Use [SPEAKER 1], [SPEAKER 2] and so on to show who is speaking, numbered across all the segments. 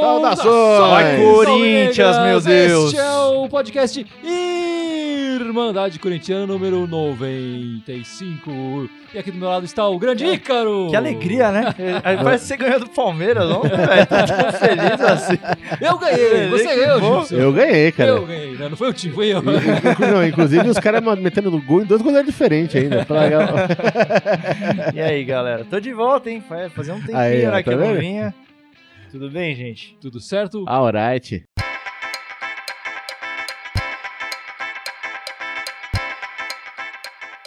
[SPEAKER 1] Saudações!
[SPEAKER 2] Vai, Corinthians, meu Deus!
[SPEAKER 1] Este é o podcast Irmandade Corintiana número 95. E aqui do meu lado está o grande Ícaro!
[SPEAKER 2] É. Que alegria, né? Aí Parece que você ganhou do Palmeiras, não, velho? Tá tão feliz assim.
[SPEAKER 1] Eu ganhei! Você
[SPEAKER 2] Que
[SPEAKER 1] ganhou,
[SPEAKER 2] bom.
[SPEAKER 1] Gibson!
[SPEAKER 3] Eu ganhei, cara.
[SPEAKER 1] Eu ganhei, né? Não foi o time, foi eu.
[SPEAKER 3] Não, inclusive os caras metendo no gol em dois goleiros diferentes ainda. Pra-
[SPEAKER 2] E aí, galera? Tô de volta, hein? Vai fazer um tempinho
[SPEAKER 3] Aí, ó,
[SPEAKER 2] né, que
[SPEAKER 3] tá
[SPEAKER 2] eu não
[SPEAKER 3] vendo?
[SPEAKER 2] vinha. Tudo bem, gente?
[SPEAKER 1] Tudo certo?
[SPEAKER 3] Alright.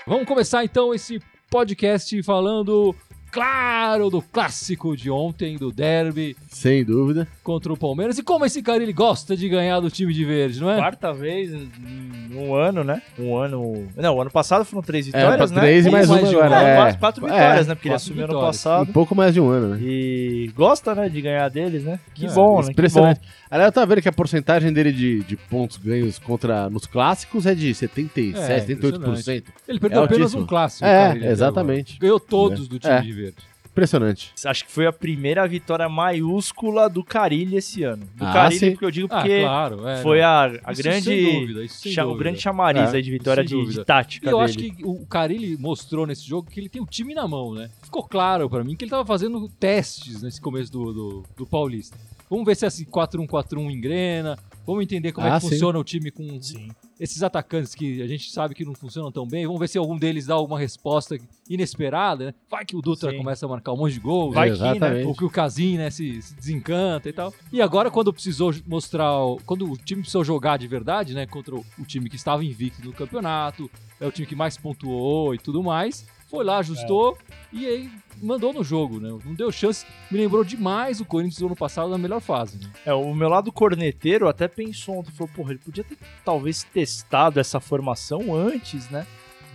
[SPEAKER 1] Vamos começar então esse podcast falando, claro, do clássico de ontem, do derby
[SPEAKER 3] Sem dúvida.
[SPEAKER 1] contra o Palmeiras. E como esse cara ele gosta de ganhar do time de verde, não é?
[SPEAKER 2] Quarta vez em um ano, né? Um ano. Não, o ano passado foram três
[SPEAKER 3] É, pra
[SPEAKER 2] vitórias, né?
[SPEAKER 3] três e
[SPEAKER 1] Um
[SPEAKER 3] mais uma
[SPEAKER 1] mais de um.
[SPEAKER 3] agora.
[SPEAKER 2] Não,
[SPEAKER 3] é.
[SPEAKER 2] quase quatro vitórias, né? Porque ele
[SPEAKER 1] Quatro
[SPEAKER 2] assumiu ano
[SPEAKER 1] vitórias.
[SPEAKER 3] Um
[SPEAKER 2] passado.
[SPEAKER 3] pouco mais de um ano, né?
[SPEAKER 2] E gosta, né, de ganhar deles, né? Que
[SPEAKER 1] É,
[SPEAKER 2] bom, né? Que bom.
[SPEAKER 3] Impressionante. Aliás, eu tava vendo que a porcentagem dele de, de pontos ganhos contra nos clássicos é de 77,
[SPEAKER 1] É,
[SPEAKER 3] 78%.
[SPEAKER 1] Ele perdeu
[SPEAKER 3] É
[SPEAKER 1] apenas
[SPEAKER 3] altíssimo.
[SPEAKER 1] um clássico.
[SPEAKER 3] É,
[SPEAKER 1] cara, ele até
[SPEAKER 3] exatamente.
[SPEAKER 1] agora. Ganhou todos do time
[SPEAKER 3] É.
[SPEAKER 1] de verde.
[SPEAKER 3] Impressionante.
[SPEAKER 2] Acho que foi a primeira vitória maiúscula do Carilli esse ano. Do
[SPEAKER 3] Ah,
[SPEAKER 2] Carilli,
[SPEAKER 3] sim.
[SPEAKER 2] porque eu digo
[SPEAKER 1] Ah,
[SPEAKER 2] porque
[SPEAKER 1] claro. é,
[SPEAKER 2] foi
[SPEAKER 1] não.
[SPEAKER 2] a, a
[SPEAKER 1] Isso sem
[SPEAKER 2] grande.
[SPEAKER 1] dúvida, isso sem
[SPEAKER 2] cha- o
[SPEAKER 1] dúvida.
[SPEAKER 2] grande chamariz
[SPEAKER 3] É,
[SPEAKER 2] aí de vitória
[SPEAKER 1] sem
[SPEAKER 2] de, de
[SPEAKER 1] dúvida. E
[SPEAKER 2] tática.
[SPEAKER 1] eu
[SPEAKER 2] dele.
[SPEAKER 1] acho que o Carilli mostrou nesse jogo que ele tem o time na mão, né? Ficou claro pra mim que ele tava fazendo testes nesse começo do, do, do Paulista. Vamos ver se é esse 4-1-4-1 engrena. Vamos entender como é
[SPEAKER 3] Ah,
[SPEAKER 1] que
[SPEAKER 3] sim.
[SPEAKER 1] funciona o time com
[SPEAKER 2] Sim.
[SPEAKER 1] esses atacantes que a gente sabe que não funcionam tão bem. Vamos ver se algum deles dá alguma resposta inesperada, né? Vai que o Dutra
[SPEAKER 2] Sim.
[SPEAKER 1] começa a marcar um monte de gols.
[SPEAKER 2] Vai que, né,
[SPEAKER 3] Exatamente.
[SPEAKER 1] Ou que o Casim, né, se, se desencanta e tal. E agora, quando precisou mostrar. o- Quando o time precisou jogar de verdade, né? Contra o o time que estava invicto no campeonato, é o time que mais pontuou e tudo mais. Foi lá, ajustou e aí mandou no jogo, né? Não deu chance. Me lembrou demais o Corinthians do ano passado na melhor fase. Né?
[SPEAKER 2] É, o meu lado corneteiro até pensou ontem, falou, porra, ele podia ter talvez testado essa formação antes, né?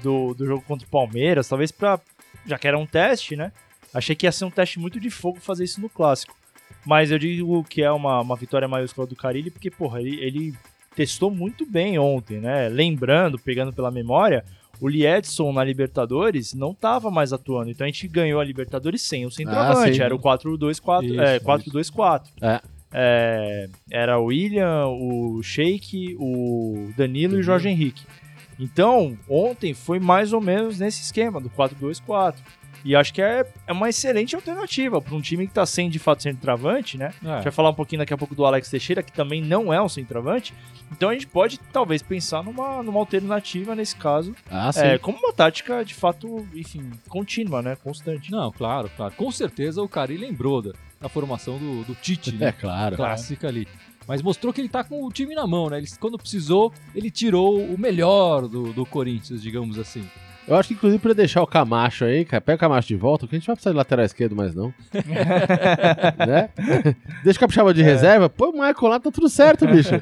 [SPEAKER 2] Do, do jogo contra o Palmeiras, talvez pra. Já que era um teste, né? Achei que ia ser um teste muito de fogo fazer isso no clássico. Mas eu digo que é uma, uma vitória maiúscula do Carilli, porque, porra, ele, ele testou muito bem ontem, né? Lembrando, pegando pela memória, o Liedson na Libertadores não tava mais atuando. Então a gente ganhou a Libertadores sem o centroavante.
[SPEAKER 3] sim.
[SPEAKER 2] era o 4-2-4. É,
[SPEAKER 1] Isso,
[SPEAKER 2] 4-2-4.
[SPEAKER 3] É.
[SPEAKER 2] É, era o William, o Sheik, o Danilo
[SPEAKER 3] Uhum.
[SPEAKER 2] e o Jorge Henrique. Então, ontem foi mais ou menos nesse esquema do 4-2-4. E acho que é, é uma excelente alternativa para um time que tá sem de fato centroavante, né? A gente vai falar um pouquinho daqui a pouco do Alex Teixeira, que também não é um centroavante. Então a gente pode talvez pensar numa, numa alternativa nesse caso,
[SPEAKER 3] Ah, sim.
[SPEAKER 2] é, como uma tática de fato, enfim, contínua, né? Constante.
[SPEAKER 1] Não, claro, claro. Com certeza o Carilli lembrou da, da formação do, do Tite, né?
[SPEAKER 3] É, claro.
[SPEAKER 1] clássica ali. Mas mostrou que ele tá com o time na mão, né? Ele, quando precisou, ele tirou o melhor do, do Corinthians, digamos assim.
[SPEAKER 3] Eu acho que, inclusive, pra deixar o Camacho aí, cara, pega o Camacho de volta, porque a gente não vai precisar de lateral esquerdo mais, não. né? Deixa o Capixaba de reserva, pô, o Michael lá tá tudo certo, bicho.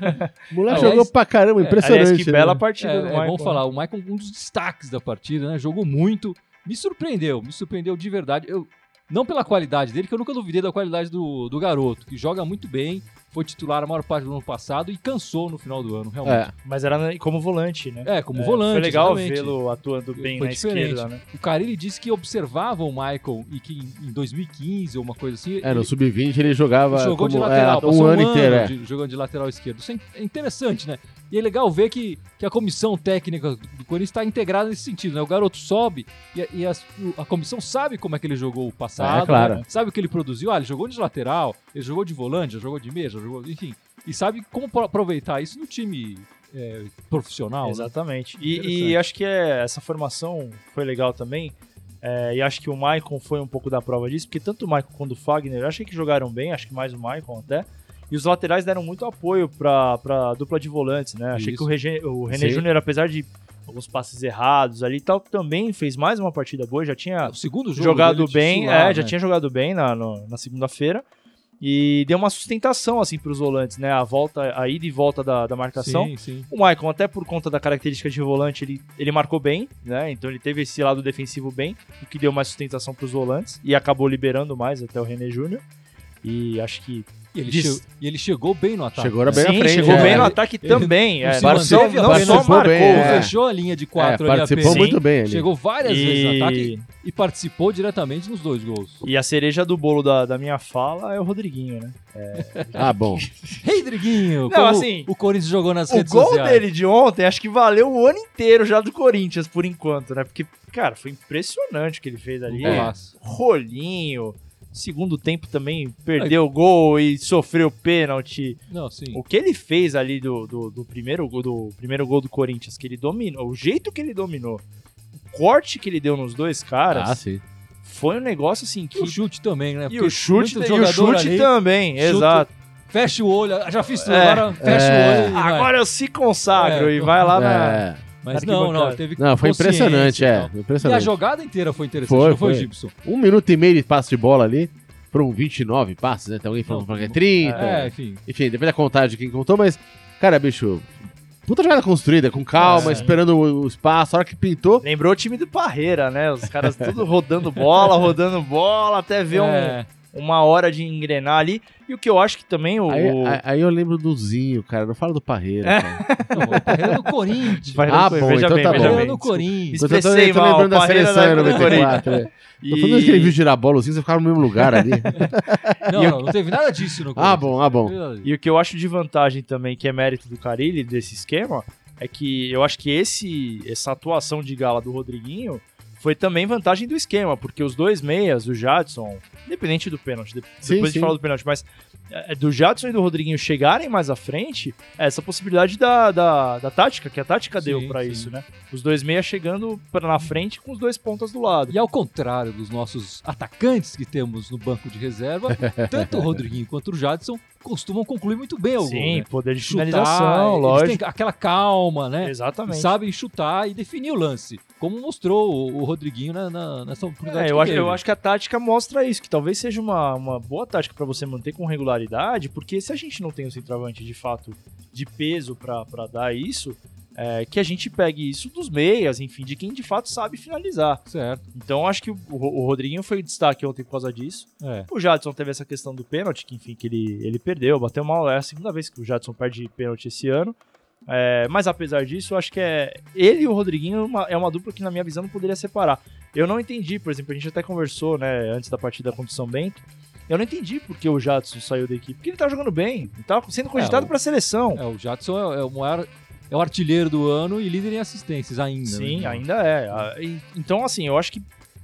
[SPEAKER 3] O moleque
[SPEAKER 1] Aliás-
[SPEAKER 3] jogou pra caramba, impressionante.
[SPEAKER 2] Aliás, que
[SPEAKER 3] né?
[SPEAKER 2] bela partida
[SPEAKER 1] É,
[SPEAKER 2] do
[SPEAKER 1] é
[SPEAKER 2] Michael.
[SPEAKER 1] bom falar, o Michael, um dos destaques da partida, né? Jogou muito, me surpreendeu, me surpreendeu de verdade. Eu, não pela qualidade dele, que eu nunca duvidei da qualidade do, do garoto, que joga muito bem, foi titular a maior parte do ano passado e cansou no final do ano, realmente.
[SPEAKER 3] É,
[SPEAKER 2] Mas era na- como volante, né?
[SPEAKER 1] É, como
[SPEAKER 2] É,
[SPEAKER 1] volante.
[SPEAKER 2] Foi legal
[SPEAKER 1] exatamente.
[SPEAKER 2] vê-lo atuando bem
[SPEAKER 1] Foi
[SPEAKER 2] na
[SPEAKER 1] diferente.
[SPEAKER 2] esquerda, né?
[SPEAKER 1] O Carilli disse que observava o Michael e que em em 2015 ou uma coisa assim.
[SPEAKER 3] é, no
[SPEAKER 1] ele-
[SPEAKER 3] sub-20 ele jogava
[SPEAKER 1] Jogou
[SPEAKER 3] como,
[SPEAKER 1] de lateral,
[SPEAKER 3] é,
[SPEAKER 1] passou
[SPEAKER 3] um ano inteiro. é.
[SPEAKER 1] de- jogando de lateral esquerdo. Isso é in- é interessante, né? E é legal ver que, que a comissão técnica do Corinthians está integrada nesse sentido, né? O garoto sobe e, a- e as- o- a comissão sabe como é que ele jogou o passado,
[SPEAKER 3] É, claro.
[SPEAKER 1] né? sabe o que ele produziu. Ah, ele jogou de lateral, ele jogou de volante, já jogou de meia, já jogou, enfim. E sabe como pro- aproveitar isso no time é, profissional, né?
[SPEAKER 2] Exatamente. E,
[SPEAKER 1] Interessante.
[SPEAKER 2] e acho que é, essa formação foi legal também. É, e acho que o Maicon foi um pouco da prova disso, porque tanto o Maicon quanto o Fagner, eu achei que jogaram bem, acho que mais o Maicon até. E os laterais deram muito apoio pra, pra dupla de volantes, né? Achei
[SPEAKER 1] Isso.
[SPEAKER 2] que o, Rege, o René
[SPEAKER 3] Sim.
[SPEAKER 2] Júnior, apesar de alguns passes errados ali e tal, também fez mais uma partida boa, já tinha
[SPEAKER 1] Ah, O segundo jogo
[SPEAKER 2] jogado
[SPEAKER 1] dele
[SPEAKER 2] bem,
[SPEAKER 1] titular,
[SPEAKER 2] é, já
[SPEAKER 1] né?
[SPEAKER 2] tinha jogado bem na, no- na segunda-feira. E deu uma sustentação, assim, pros volantes, né? A volta, a ida e volta da, da marcação.
[SPEAKER 1] Sim, sim.
[SPEAKER 2] O Maicon, até por conta da característica de volante, ele, ele marcou bem, né? Então ele teve esse lado defensivo bem, o que deu mais sustentação pros volantes. E acabou liberando mais até o René Júnior. E acho que
[SPEAKER 1] E ele,
[SPEAKER 2] Diz-
[SPEAKER 1] chegou- e ele chegou bem no ataque. né?
[SPEAKER 3] Chegou era bem
[SPEAKER 2] Sim,
[SPEAKER 3] na frente.
[SPEAKER 2] chegou
[SPEAKER 3] é.
[SPEAKER 2] bem no
[SPEAKER 1] Ele-
[SPEAKER 2] ataque
[SPEAKER 1] ele-
[SPEAKER 2] também.
[SPEAKER 1] ele
[SPEAKER 2] É,
[SPEAKER 1] se
[SPEAKER 2] não só,
[SPEAKER 1] manteve,
[SPEAKER 2] não só
[SPEAKER 3] participou
[SPEAKER 2] marcou. né?
[SPEAKER 3] bem,
[SPEAKER 1] Ele
[SPEAKER 3] é.
[SPEAKER 1] Fechou a linha de
[SPEAKER 3] É,
[SPEAKER 1] quatro ali
[SPEAKER 3] participou
[SPEAKER 1] apenas.
[SPEAKER 3] muito bem ali.
[SPEAKER 1] Chegou várias vezes no ataque
[SPEAKER 2] E,
[SPEAKER 1] e participou diretamente nos dois gols.
[SPEAKER 2] e a cereja do bolo da, da minha fala é o Rodriguinho, né?
[SPEAKER 3] Ah, bom.
[SPEAKER 1] Reidriguinho,
[SPEAKER 2] Não,
[SPEAKER 1] como
[SPEAKER 2] assim,
[SPEAKER 1] o Corinthians jogou nas
[SPEAKER 2] O
[SPEAKER 1] redes
[SPEAKER 2] gol
[SPEAKER 1] sociais.
[SPEAKER 2] dele de ontem acho que valeu o ano inteiro já do Corinthians, por enquanto, né? Porque, cara, foi impressionante o que ele fez
[SPEAKER 1] Um
[SPEAKER 3] É.
[SPEAKER 2] ali.
[SPEAKER 1] golaço.
[SPEAKER 2] Rolinho. Segundo tempo também
[SPEAKER 1] É.
[SPEAKER 2] perdeu o gol e sofreu pênalti.
[SPEAKER 1] Não, sim.
[SPEAKER 2] O que ele fez ali do, do, do primeiro gol do primeiro gol do Corinthians, que ele dominou, o jeito que ele dominou, o corte que ele deu nos dois caras,
[SPEAKER 3] Ah, sim.
[SPEAKER 2] foi um negócio assim que
[SPEAKER 1] E o chute também, né?
[SPEAKER 2] e
[SPEAKER 1] Porque
[SPEAKER 2] o chute,
[SPEAKER 1] muito
[SPEAKER 2] e o
[SPEAKER 1] jogador
[SPEAKER 2] chute
[SPEAKER 1] ali
[SPEAKER 2] também,
[SPEAKER 1] chuta-
[SPEAKER 2] exato.
[SPEAKER 1] Fecha o olho, ah, já fiz tudo,
[SPEAKER 2] É.
[SPEAKER 1] agora fecha o olho. e vai.
[SPEAKER 2] Agora tá eu se consagro
[SPEAKER 1] né? É,
[SPEAKER 2] e vai lá na
[SPEAKER 3] É.
[SPEAKER 1] Mas
[SPEAKER 2] Cara, que
[SPEAKER 1] não,
[SPEAKER 2] bancada.
[SPEAKER 1] não, teve
[SPEAKER 3] Não, foi
[SPEAKER 1] consciência
[SPEAKER 3] impressionante,
[SPEAKER 1] e
[SPEAKER 3] é.
[SPEAKER 1] tal. E a
[SPEAKER 3] Impressionante.
[SPEAKER 1] jogada inteira foi interessante,
[SPEAKER 3] Foi,
[SPEAKER 1] não foi,
[SPEAKER 3] foi.
[SPEAKER 1] Gibson?
[SPEAKER 3] Um minuto e meio de passe de bola ali. um Foram 29 passes, né? Tem alguém falando
[SPEAKER 1] Não,
[SPEAKER 3] que é 30.
[SPEAKER 1] É, enfim.
[SPEAKER 3] Enfim, depende da contagem de quem contou, mas, cara, bicho, puta jogada construída, com calma,
[SPEAKER 2] É.
[SPEAKER 3] esperando o, o espaço, a hora que pintou.
[SPEAKER 2] Lembrou o time do Parreira, né? Os caras tudo rodando bola, rodando bola, até ver um-
[SPEAKER 1] é,
[SPEAKER 2] uma hora de engrenar ali. E o que eu acho que também o.
[SPEAKER 3] Aí, é,
[SPEAKER 2] o-
[SPEAKER 3] aí- aí eu lembro do Zinho, cara, não fala do Parreira, cara.
[SPEAKER 1] não, o Parreira no Corinthians.
[SPEAKER 2] Parreira
[SPEAKER 3] Ah,
[SPEAKER 2] foi-
[SPEAKER 3] bom,
[SPEAKER 2] veja
[SPEAKER 3] então
[SPEAKER 2] bem,
[SPEAKER 3] tá
[SPEAKER 2] veja
[SPEAKER 3] bom.
[SPEAKER 1] Parreira
[SPEAKER 2] bem,
[SPEAKER 1] no
[SPEAKER 2] desculpa.
[SPEAKER 1] Corinthians.
[SPEAKER 3] Eu tô- eu tô,
[SPEAKER 2] Expressei
[SPEAKER 3] eu tô
[SPEAKER 2] mal,
[SPEAKER 3] lembrando da
[SPEAKER 2] Parreira
[SPEAKER 3] seleção em
[SPEAKER 2] da- do
[SPEAKER 3] 94. é. Tô falando que ele viu girar a bola, o Zinho, você ficava no mesmo lugar ali.
[SPEAKER 1] Não, não, não teve nada disso no
[SPEAKER 3] ah,
[SPEAKER 1] Corinthians.
[SPEAKER 3] bom, ah, bom.
[SPEAKER 2] E o que eu acho de vantagem também, que é mérito do Carilli, desse esquema, é que eu acho que esse essa atuação de gala do Rodriguinho foi também vantagem do esquema, porque os dois meias, o Jadson, independente do pênalti, de- depois
[SPEAKER 3] Sim,
[SPEAKER 2] a gente
[SPEAKER 3] sim.
[SPEAKER 2] fala do pênalti, mas é, do Jadson e do Rodriguinho chegarem mais à frente, é essa possibilidade da, da, da tática, que a tática deu
[SPEAKER 1] Sim,
[SPEAKER 2] pra
[SPEAKER 1] sim.
[SPEAKER 2] isso, né? Os dois meias chegando pra na frente com os dois pontas do lado.
[SPEAKER 1] E ao contrário dos nossos atacantes que temos no banco de reserva, tanto o Rodriguinho quanto o Jadson costumam concluir muito bem o gol.
[SPEAKER 2] Sim,
[SPEAKER 1] né?
[SPEAKER 2] poder de
[SPEAKER 1] Chutar,
[SPEAKER 2] finalização,
[SPEAKER 1] eles
[SPEAKER 2] lógico.
[SPEAKER 1] têm aquela calma, né?
[SPEAKER 2] Exatamente.
[SPEAKER 1] Sabem chutar e definir o lance, como mostrou o, o Rodriguinho na, na, nessa oportunidade.
[SPEAKER 2] É, eu,
[SPEAKER 1] que
[SPEAKER 2] acho,
[SPEAKER 1] teve.
[SPEAKER 2] eu acho que a tática mostra isso, que talvez seja uma, uma boa tática pra você manter com regularidade, porque se a gente não tem o centroavante de fato de peso pra pra dar isso, é, que a gente pegue isso dos meias, enfim, de quem de fato sabe finalizar.
[SPEAKER 1] Certo.
[SPEAKER 2] Então acho que o, Ro- o Rodriguinho foi um destaque ontem por causa disso.
[SPEAKER 1] É.
[SPEAKER 2] O Jadson teve essa questão do pênalti, que enfim, que ele, ele perdeu, bateu mal. É a segunda vez que o Jadson perde pênalti esse ano. É, mas apesar disso, eu acho que é ele e o Rodriguinho é uma, é uma dupla que, na minha visão, não poderia separar. Eu não entendi, por exemplo, a gente até conversou, né, antes da partida contra o São Bento. Eu não entendi por que o Jadson saiu da equipe, porque ele tá jogando bem, ele tá sendo cogitado
[SPEAKER 1] o-
[SPEAKER 2] pra seleção.
[SPEAKER 1] É, o Jadson é, é o maior- é o artilheiro do ano e líder em assistências ainda.
[SPEAKER 2] Sim,
[SPEAKER 1] né?
[SPEAKER 2] ainda é. A- e- Então, assim, eu acho que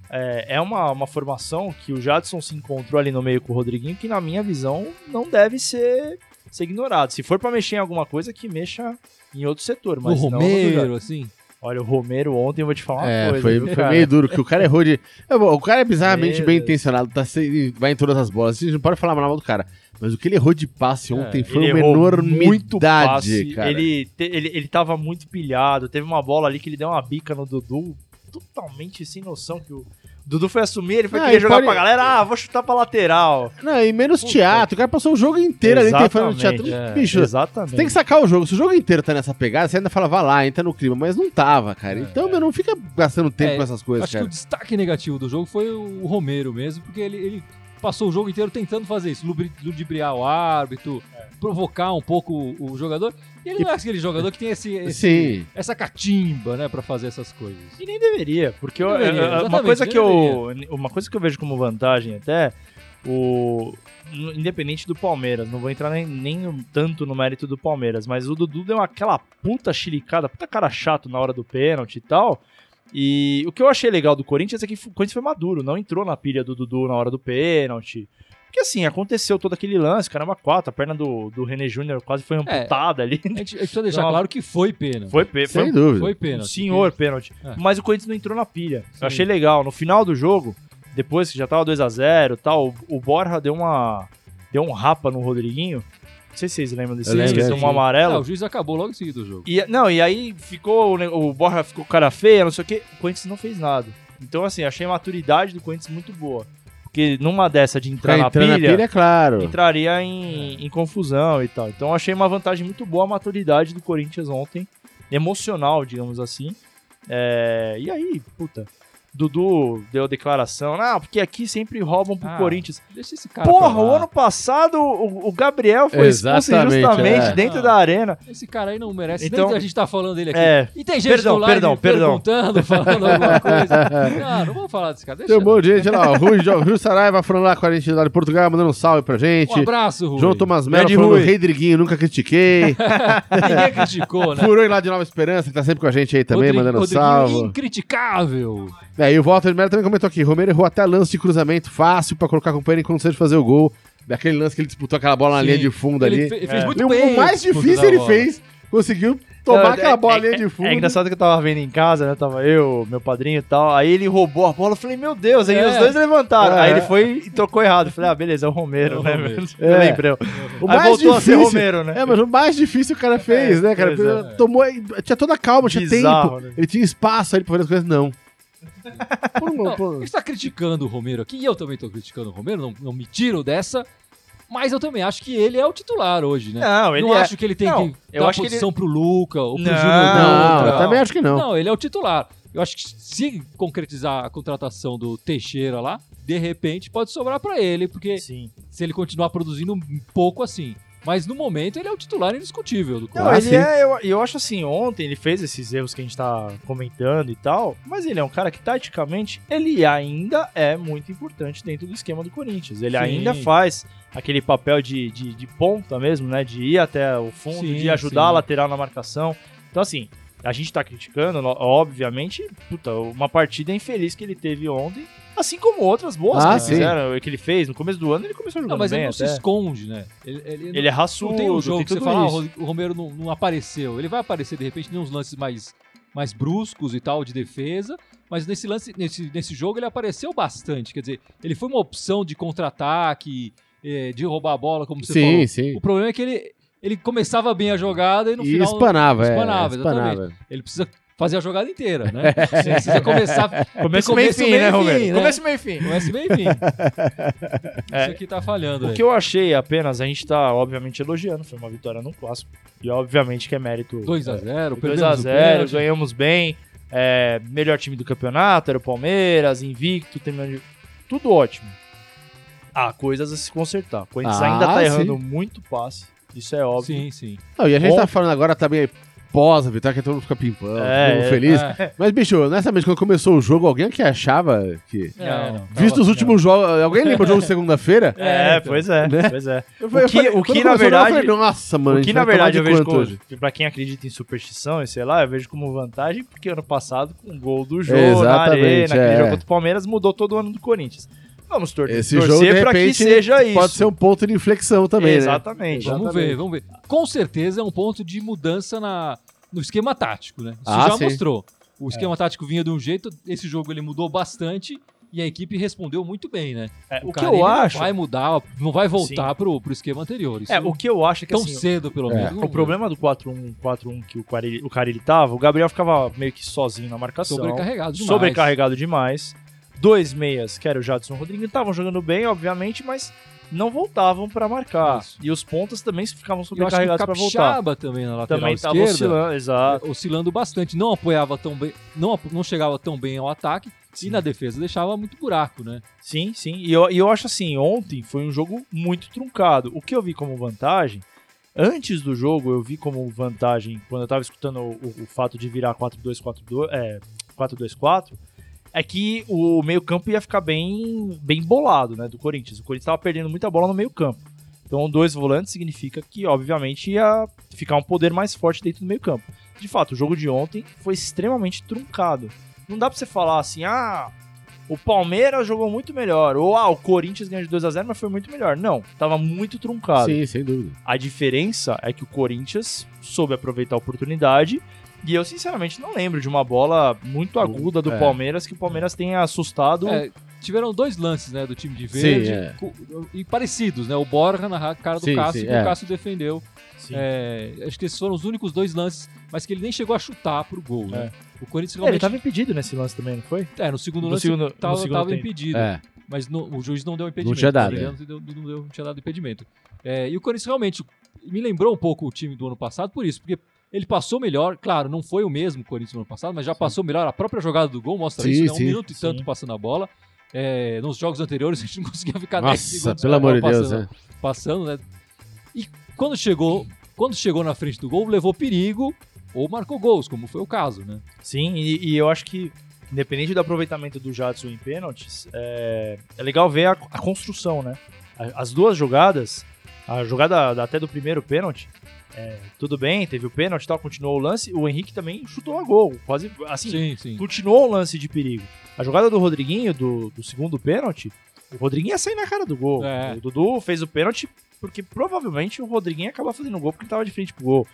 [SPEAKER 2] é, é uma, uma formação que o Jadson se encontrou ali no meio com o Rodriguinho, que na minha visão não deve ser, ser ignorado. Se for pra mexer em alguma coisa, que mexa em outro setor,
[SPEAKER 1] O
[SPEAKER 2] mas não no Jadson.
[SPEAKER 1] Romero, assim.
[SPEAKER 2] Olha, o Romero ontem, eu vou te falar uma
[SPEAKER 3] É,
[SPEAKER 2] coisa.
[SPEAKER 3] foi,
[SPEAKER 2] viu,
[SPEAKER 3] foi
[SPEAKER 2] cara?
[SPEAKER 3] meio duro, que o cara errou de. É, bom, o cara é bizarramente
[SPEAKER 2] Meu
[SPEAKER 3] bem
[SPEAKER 2] Deus.
[SPEAKER 3] intencionado, tá, se- vai em todas as bolas. A gente não pode falar mal do cara. Mas o que ele errou de passe ontem foi
[SPEAKER 2] É, Ele
[SPEAKER 3] uma
[SPEAKER 2] errou
[SPEAKER 3] enormidade,
[SPEAKER 2] muito passe,
[SPEAKER 3] cara.
[SPEAKER 2] Ele, te- ele, ele tava muito pilhado. Teve uma bola ali que ele deu uma bica no Dudu, totalmente sem noção que o. Dudu foi assumir, ele foi
[SPEAKER 3] Ah,
[SPEAKER 2] querer
[SPEAKER 3] ele
[SPEAKER 2] jogar
[SPEAKER 3] pode-
[SPEAKER 2] pra galera, ah, vou chutar pra lateral.
[SPEAKER 3] Não, e menos
[SPEAKER 2] Puta.
[SPEAKER 3] teatro. O cara passou o jogo inteiro ali tentando
[SPEAKER 2] Exatamente,
[SPEAKER 3] teatro.
[SPEAKER 1] é.
[SPEAKER 3] Bicho,
[SPEAKER 2] Exatamente.
[SPEAKER 3] você tem que sacar o jogo. Se o jogo inteiro tá nessa pegada, você ainda fala, vai lá, entra no clima. Mas não tava, cara. Então, meu, não fica gastando tempo
[SPEAKER 1] É,
[SPEAKER 3] com essas coisas,
[SPEAKER 1] Acho que
[SPEAKER 3] cara.
[SPEAKER 1] o destaque negativo do jogo foi o Romero mesmo, porque ele, ele passou o jogo inteiro tentando fazer isso, lubri- ludibriar o árbitro,
[SPEAKER 2] É.
[SPEAKER 1] provocar um pouco o, o jogador. E ele não é aquele jogador que tem esse, esse-
[SPEAKER 3] Sim.
[SPEAKER 1] essa catimba, né, pra fazer essas coisas.
[SPEAKER 2] E nem deveria, porque eu-
[SPEAKER 1] Deveria,
[SPEAKER 2] eu- eu- uma
[SPEAKER 1] exatamente,
[SPEAKER 2] coisa
[SPEAKER 1] nem
[SPEAKER 2] que eu uma coisa que eu vejo como vantagem até o independente do Palmeiras, não vou entrar nem, nem no- tanto no mérito do Palmeiras, mas o Dudu deu aquela puta chilicada, puta cara chato na hora do pênalti e tal. E o que eu achei legal do Corinthians é que o Corinthians foi maduro, não entrou na pilha do Dudu na hora do pênalti. Porque assim, aconteceu todo aquele lance, caramba, quatro, a perna do, do René Júnior quase
[SPEAKER 1] É.
[SPEAKER 2] foi amputada ali.
[SPEAKER 1] A gente, a gente precisa deixar
[SPEAKER 2] Não.
[SPEAKER 1] claro que foi pena.
[SPEAKER 2] Foi, pe- foi
[SPEAKER 3] Sem dúvida.
[SPEAKER 1] Foi pena.
[SPEAKER 2] um senhor pênalti.
[SPEAKER 1] É.
[SPEAKER 2] Mas o Corinthians não entrou na pilha.
[SPEAKER 1] Sim.
[SPEAKER 2] Eu achei legal. No final do jogo, depois que já tava 2x0 e tal, o Borja deu uma. deu um rapa no Rodriguinho. Não sei se vocês lembram desse
[SPEAKER 3] Eu lembro,
[SPEAKER 2] lance,
[SPEAKER 3] é,
[SPEAKER 2] deu um
[SPEAKER 3] sim.
[SPEAKER 1] Ah, o
[SPEAKER 2] amarelo.
[SPEAKER 1] juiz acabou logo em seguida o jogo.
[SPEAKER 2] E, não, e aí ficou. o ne- O Borja ficou cara feia, não sei o quê. O Corinthians não fez nada. Então, assim, achei a maturidade do Corinthians muito boa. Porque numa dessa de entrar
[SPEAKER 3] Pra
[SPEAKER 2] na
[SPEAKER 3] entrar
[SPEAKER 2] pilha,
[SPEAKER 3] na pilha, é claro.
[SPEAKER 2] entraria em, em confusão e tal. Então achei uma vantagem muito boa a maturidade do Corinthians ontem, emocional, digamos assim. É, e aí, puta, Dudu deu declaração, não, porque aqui sempre roubam pro
[SPEAKER 1] Ah,
[SPEAKER 2] Corinthians.
[SPEAKER 1] Deixa esse cara.
[SPEAKER 2] Porra,
[SPEAKER 1] pra lá.
[SPEAKER 2] o ano passado o, o Gabriel foi expulso
[SPEAKER 3] Exatamente,
[SPEAKER 2] injustamente
[SPEAKER 3] é.
[SPEAKER 2] dentro
[SPEAKER 1] Ah.
[SPEAKER 2] da arena.
[SPEAKER 1] Esse cara aí não merece.
[SPEAKER 2] Então-
[SPEAKER 1] Nem a gente tá falando dele aqui.
[SPEAKER 2] É,
[SPEAKER 1] E tem gente
[SPEAKER 2] Perdão,
[SPEAKER 1] online
[SPEAKER 2] perdão, perdão.
[SPEAKER 1] perguntando, falando alguma coisa. Não, não vamos falar desse cara. Deixa.
[SPEAKER 3] Tem um monte de gente olha lá. ó, Rui, Jo- Rui Saraiva falando lá com a gente lá de Portugal, mandando um salve pra gente.
[SPEAKER 1] Um abraço, Rui.
[SPEAKER 3] João Thomas Melo
[SPEAKER 2] Grande
[SPEAKER 3] falando,
[SPEAKER 2] Rui.
[SPEAKER 3] Redriguinho, nunca critiquei.
[SPEAKER 1] Ninguém criticou, né?
[SPEAKER 3] Furoi lá de Nova Esperança, que tá sempre com a gente aí também,
[SPEAKER 1] Rodrigo-
[SPEAKER 3] mandando um
[SPEAKER 1] Rodriguinho
[SPEAKER 3] salve.
[SPEAKER 1] Incriticável.
[SPEAKER 3] É, e o Walter Melo também comentou aqui: Romero errou até lance de cruzamento fácil pra colocar a companhia em condição de fazer o gol. Daquele lance que ele disputou aquela bola na
[SPEAKER 1] Sim.
[SPEAKER 3] linha de fundo
[SPEAKER 1] Ele
[SPEAKER 3] ali.
[SPEAKER 1] fe- fez
[SPEAKER 2] É.
[SPEAKER 1] muito
[SPEAKER 3] E o-
[SPEAKER 1] bem.
[SPEAKER 3] o mais
[SPEAKER 1] esse disputa
[SPEAKER 3] difícil
[SPEAKER 1] da
[SPEAKER 3] ele
[SPEAKER 1] bola.
[SPEAKER 3] fez, conseguiu tomar
[SPEAKER 2] Não,
[SPEAKER 3] aquela
[SPEAKER 2] é-
[SPEAKER 3] bola na
[SPEAKER 2] é-
[SPEAKER 3] linha de fundo.
[SPEAKER 2] É engraçado que eu tava vendo em casa, né? Tava eu, meu padrinho e tal. Aí ele roubou a bola. Eu falei, meu Deus. Aí
[SPEAKER 1] É.
[SPEAKER 2] os dois levantaram.
[SPEAKER 3] É.
[SPEAKER 2] Aí ele foi e tocou errado. Eu falei, ah, beleza, é o Romero,
[SPEAKER 1] É o
[SPEAKER 2] né?
[SPEAKER 1] Romero.
[SPEAKER 2] Eu
[SPEAKER 3] É.
[SPEAKER 2] lembrei.
[SPEAKER 3] O
[SPEAKER 2] Aí
[SPEAKER 3] mais
[SPEAKER 2] voltou a ser
[SPEAKER 3] difícil-
[SPEAKER 2] Romero, né?
[SPEAKER 3] É, mas o mais difícil o cara fez, né, cara?
[SPEAKER 2] pois é.
[SPEAKER 3] Ele Tomou, tinha toda a calma, tinha
[SPEAKER 2] Bizarro,
[SPEAKER 3] tempo.
[SPEAKER 2] né?
[SPEAKER 3] Ele tinha espaço aí pra fazer as coisas, não. um Pô,
[SPEAKER 1] Não,
[SPEAKER 3] mano, pô.
[SPEAKER 1] ele está criticando o Romero aqui, e eu também estou criticando o Romero, não, não me tiro dessa, mas eu também acho que ele é o titular hoje, né?
[SPEAKER 2] Não, ele
[SPEAKER 1] não
[SPEAKER 2] é...
[SPEAKER 1] acho que ele tem
[SPEAKER 2] Não,
[SPEAKER 1] que
[SPEAKER 2] eu
[SPEAKER 1] dar
[SPEAKER 2] acho que
[SPEAKER 1] posição pro Luca ou pro
[SPEAKER 2] Não,
[SPEAKER 1] Júnior
[SPEAKER 3] Não,
[SPEAKER 1] Dutra.
[SPEAKER 3] eu também acho que não.
[SPEAKER 1] Não, ele é o titular. Eu acho que se concretizar a contratação do Teixeira lá, de repente pode sobrar pra ele, porque
[SPEAKER 2] é- Sim.
[SPEAKER 1] se ele continuar produzindo um pouco assim. Mas no momento ele é o titular indiscutível do
[SPEAKER 2] Não,
[SPEAKER 1] Corinthians.
[SPEAKER 2] ele
[SPEAKER 3] sim.
[SPEAKER 2] é... Eu, eu acho assim, ontem ele fez esses erros que a gente tá comentando e tal. Mas ele é um cara que, taticamente, ele ainda é muito importante dentro do esquema do Corinthians. Ele
[SPEAKER 1] Sim.
[SPEAKER 2] ainda faz... Aquele papel de, de, de ponta mesmo, né? De ir até o fundo,
[SPEAKER 1] Sim,
[SPEAKER 2] de ajudar a
[SPEAKER 1] sim.
[SPEAKER 2] lateral na marcação. Então, assim, a gente tá criticando, no- obviamente, puta, uma partida infeliz que ele teve ontem, assim como outras boas
[SPEAKER 3] Ah,
[SPEAKER 2] que, ele
[SPEAKER 3] sim.
[SPEAKER 2] fizeram, que ele fez. No começo do ano ele começou jogando
[SPEAKER 1] Não, mas
[SPEAKER 2] bem
[SPEAKER 1] ele não se
[SPEAKER 2] até.
[SPEAKER 1] esconde, né? Ele, ele não-
[SPEAKER 2] Ele é raçudo,
[SPEAKER 1] não tem um jogo
[SPEAKER 2] tem
[SPEAKER 1] que você
[SPEAKER 2] tudo
[SPEAKER 1] fala, ah,
[SPEAKER 2] isso.
[SPEAKER 1] o Romero não, não apareceu. Ele vai aparecer, de repente, em uns lances mais, mais bruscos e tal, de defesa. Mas nesse lance, nesse, nesse jogo, ele apareceu bastante. Quer dizer, ele foi uma opção de contra-ataque, eh, de roubar a bola, como você falou.
[SPEAKER 3] Sim, sim.
[SPEAKER 1] O problema é que ele, ele começava bem a jogada e no
[SPEAKER 3] E
[SPEAKER 1] final
[SPEAKER 3] espanava, é.
[SPEAKER 1] espanava,
[SPEAKER 3] espanava.
[SPEAKER 1] ele precisa fazer a jogada inteira, né? Ele precisa começar.
[SPEAKER 2] Começo,
[SPEAKER 1] Tem
[SPEAKER 2] meio e
[SPEAKER 1] começo,
[SPEAKER 2] fim,
[SPEAKER 1] meio
[SPEAKER 2] né,
[SPEAKER 1] e fim,
[SPEAKER 2] Romero?
[SPEAKER 1] né?
[SPEAKER 2] Começo, meio e fim.
[SPEAKER 1] Começa bem fim.
[SPEAKER 2] É.
[SPEAKER 1] Isso aqui tá falhando.
[SPEAKER 2] O
[SPEAKER 1] aí.
[SPEAKER 2] que eu achei apenas, a gente tá, obviamente, elogiando, foi uma vitória no clássico. E, obviamente, que é mérito.
[SPEAKER 1] 2x0, perdemos
[SPEAKER 2] 2x0,
[SPEAKER 1] o pênalti.
[SPEAKER 2] ganhamos bem. é, melhor time do campeonato, era o Palmeiras, invicto, terminando de... Tudo ótimo. Há coisas a se consertar. O Corinthians
[SPEAKER 3] Ah,
[SPEAKER 2] ainda tá
[SPEAKER 3] sim.
[SPEAKER 2] errando muito passe, isso é óbvio.
[SPEAKER 1] Sim, sim.
[SPEAKER 3] Não, e a gente
[SPEAKER 2] Bom.
[SPEAKER 3] tá falando agora também pós a vitória, que todo mundo fica pimpando,
[SPEAKER 2] É,
[SPEAKER 3] todo mundo
[SPEAKER 2] é,
[SPEAKER 3] feliz.
[SPEAKER 1] É,
[SPEAKER 3] Mas, bicho, honestamente, quando começou o jogo, alguém que achava que.
[SPEAKER 1] é, não,
[SPEAKER 3] Visto
[SPEAKER 1] tava-
[SPEAKER 3] os últimos jogos. Alguém lembra o jogo de segunda-feira?
[SPEAKER 2] É,
[SPEAKER 1] então.
[SPEAKER 2] pois é,
[SPEAKER 3] Né?
[SPEAKER 2] pois é.
[SPEAKER 3] Eu
[SPEAKER 2] que-
[SPEAKER 3] falei-
[SPEAKER 2] o
[SPEAKER 3] quando
[SPEAKER 2] que, na
[SPEAKER 3] começou,
[SPEAKER 2] verdade-
[SPEAKER 3] Eu falei, Nossa, mano, a
[SPEAKER 2] o que
[SPEAKER 3] gente
[SPEAKER 2] na
[SPEAKER 3] vai tomar
[SPEAKER 2] verdade
[SPEAKER 3] de
[SPEAKER 2] eu vejo
[SPEAKER 3] quanto hoje?
[SPEAKER 2] como, pra quem acredita em superstição e sei lá, eu vejo como vantagem, porque ano passado, com o gol do jogo na
[SPEAKER 3] Exatamente,
[SPEAKER 2] arena, aquele
[SPEAKER 3] é.
[SPEAKER 2] jogo contra o Palmeiras, mudou todo o ano do Corinthians. Vamos tor
[SPEAKER 3] Esse
[SPEAKER 2] torcer
[SPEAKER 3] jogo, de
[SPEAKER 2] pra
[SPEAKER 3] repente,
[SPEAKER 2] que seja isso.
[SPEAKER 3] Pode ser um ponto de inflexão também, né?
[SPEAKER 2] Exatamente.
[SPEAKER 1] Vamos ver, vamos ver. Com certeza é um ponto de mudança na, no esquema tático, né? Isso
[SPEAKER 3] Ah,
[SPEAKER 1] já
[SPEAKER 3] sim.
[SPEAKER 1] mostrou. O
[SPEAKER 2] É.
[SPEAKER 1] esquema tático vinha de um jeito, esse jogo ele mudou bastante e a equipe respondeu muito bem, né?
[SPEAKER 2] É, o, que
[SPEAKER 1] Carille
[SPEAKER 2] eu
[SPEAKER 1] não
[SPEAKER 2] acho.
[SPEAKER 1] Vai mudar, não vai voltar pro, pro esquema anterior. Isso
[SPEAKER 2] É, o que eu acho é que
[SPEAKER 1] tão
[SPEAKER 2] assim,
[SPEAKER 1] cedo, pelo
[SPEAKER 3] é.
[SPEAKER 1] menos. não
[SPEAKER 2] o problema do 4-1, 4-1 que o Carilli, o Carille tava, o Gabriel ficava meio que sozinho na marcação.
[SPEAKER 1] Sobrecarregado demais.
[SPEAKER 2] é sobrecarregado demais. Dois meias, que era o Jadson Rodrigues, estavam jogando bem, obviamente, mas não voltavam pra marcar.
[SPEAKER 1] Isso.
[SPEAKER 2] E os pontas também ficavam
[SPEAKER 1] Eu acho que o
[SPEAKER 2] sobrecarregados pra voltar.
[SPEAKER 1] Capixaba também na lateral
[SPEAKER 2] Também tava
[SPEAKER 1] esquerda.
[SPEAKER 2] oscilando, exato.
[SPEAKER 1] É, oscilando bastante, não apoiava tão bem, não, apo- não chegava tão bem ao ataque e
[SPEAKER 2] Sim.
[SPEAKER 1] na defesa deixava muito buraco, né?
[SPEAKER 2] Sim, sim. E eu, e eu acho assim, ontem foi um jogo muito truncado. O que eu vi como vantagem, antes do jogo, eu vi como vantagem, quando eu tava escutando o, o- o fato de virar 4-2-4-2, é, 4-2-4, é que o meio-campo ia ficar bem, bem bolado, né, do Corinthians. O Corinthians tava perdendo muita bola no meio-campo. Então, dois volantes significa que, obviamente, ia ficar um poder mais forte dentro do meio-campo. De fato, o jogo de ontem foi extremamente truncado. Não dá pra você falar assim, ah, o Palmeiras jogou muito melhor, ou ah, o Corinthians ganhou de 2x0, mas foi muito melhor. Não, tava muito truncado.
[SPEAKER 3] Sim, sem dúvida.
[SPEAKER 2] A diferença é que o Corinthians soube aproveitar a oportunidade. E eu, sinceramente, não lembro de uma bola muito aguda do
[SPEAKER 3] É.
[SPEAKER 2] Palmeiras que o Palmeiras tenha assustado.
[SPEAKER 1] É, tiveram dois lances, né, do time de verde
[SPEAKER 3] Sim, é.
[SPEAKER 1] co- e parecidos, né? O Borja na ra- cara do
[SPEAKER 3] Sim,
[SPEAKER 1] Cássio
[SPEAKER 3] sim,
[SPEAKER 1] que
[SPEAKER 3] é.
[SPEAKER 1] o Cássio defendeu.
[SPEAKER 2] Sim.
[SPEAKER 1] É, acho que esses foram os únicos dois lances, mas que ele nem chegou a chutar pro gol, né? O Corinthians
[SPEAKER 2] É, ele
[SPEAKER 1] realmente
[SPEAKER 2] tava impedido nesse lance também, não foi?
[SPEAKER 1] é, no segundo
[SPEAKER 2] No
[SPEAKER 1] lance
[SPEAKER 2] segundo- no
[SPEAKER 1] tava,
[SPEAKER 2] segundo
[SPEAKER 1] tava
[SPEAKER 2] tempo.
[SPEAKER 1] impedido.
[SPEAKER 3] É.
[SPEAKER 1] Mas não- o juiz não deu impedimento.
[SPEAKER 3] Não tinha dado,
[SPEAKER 1] né?
[SPEAKER 3] é.
[SPEAKER 1] Não, deu- não deu- não tinha dado impedimento. É, e o Corinthians realmente me lembrou um pouco o time do ano passado por isso, porque Ele passou melhor, claro, não foi o mesmo Corinthians no ano passado, mas já passou melhor. A própria jogada do gol mostra
[SPEAKER 3] Sim,
[SPEAKER 1] isso, né? Um
[SPEAKER 3] sim.
[SPEAKER 1] minuto e tanto
[SPEAKER 2] Sim.
[SPEAKER 1] passando a bola. É, nos jogos anteriores a gente não conseguia ficar 10
[SPEAKER 3] É. Nossa,
[SPEAKER 1] segundos
[SPEAKER 3] pelo
[SPEAKER 1] com a
[SPEAKER 3] amor de
[SPEAKER 1] bola
[SPEAKER 3] Deus,
[SPEAKER 1] passando,
[SPEAKER 3] né?
[SPEAKER 1] passando, né? E quando chegou, quando chegou na frente do gol, levou perigo ou marcou gols, como foi o caso, né?
[SPEAKER 2] Sim, e, e eu acho que, independente do aproveitamento do Jadson em pênaltis, é, é legal ver a, a construção, né? A- As duas jogadas, a jogada da- até do primeiro pênalti, é, tudo bem, teve o pênalti e tal, continuou o lance, o Henrique também chutou a gol, quase, assim,
[SPEAKER 1] Sim, sim.
[SPEAKER 2] continuou o lance de perigo. A jogada do Rodriguinho, do, do segundo pênalti, o Rodriguinho ia sair na cara do gol.
[SPEAKER 1] É.
[SPEAKER 2] O Dudu fez o pênalti porque provavelmente o Rodriguinho ia acabar fazendo o gol porque ele tava de frente pro gol.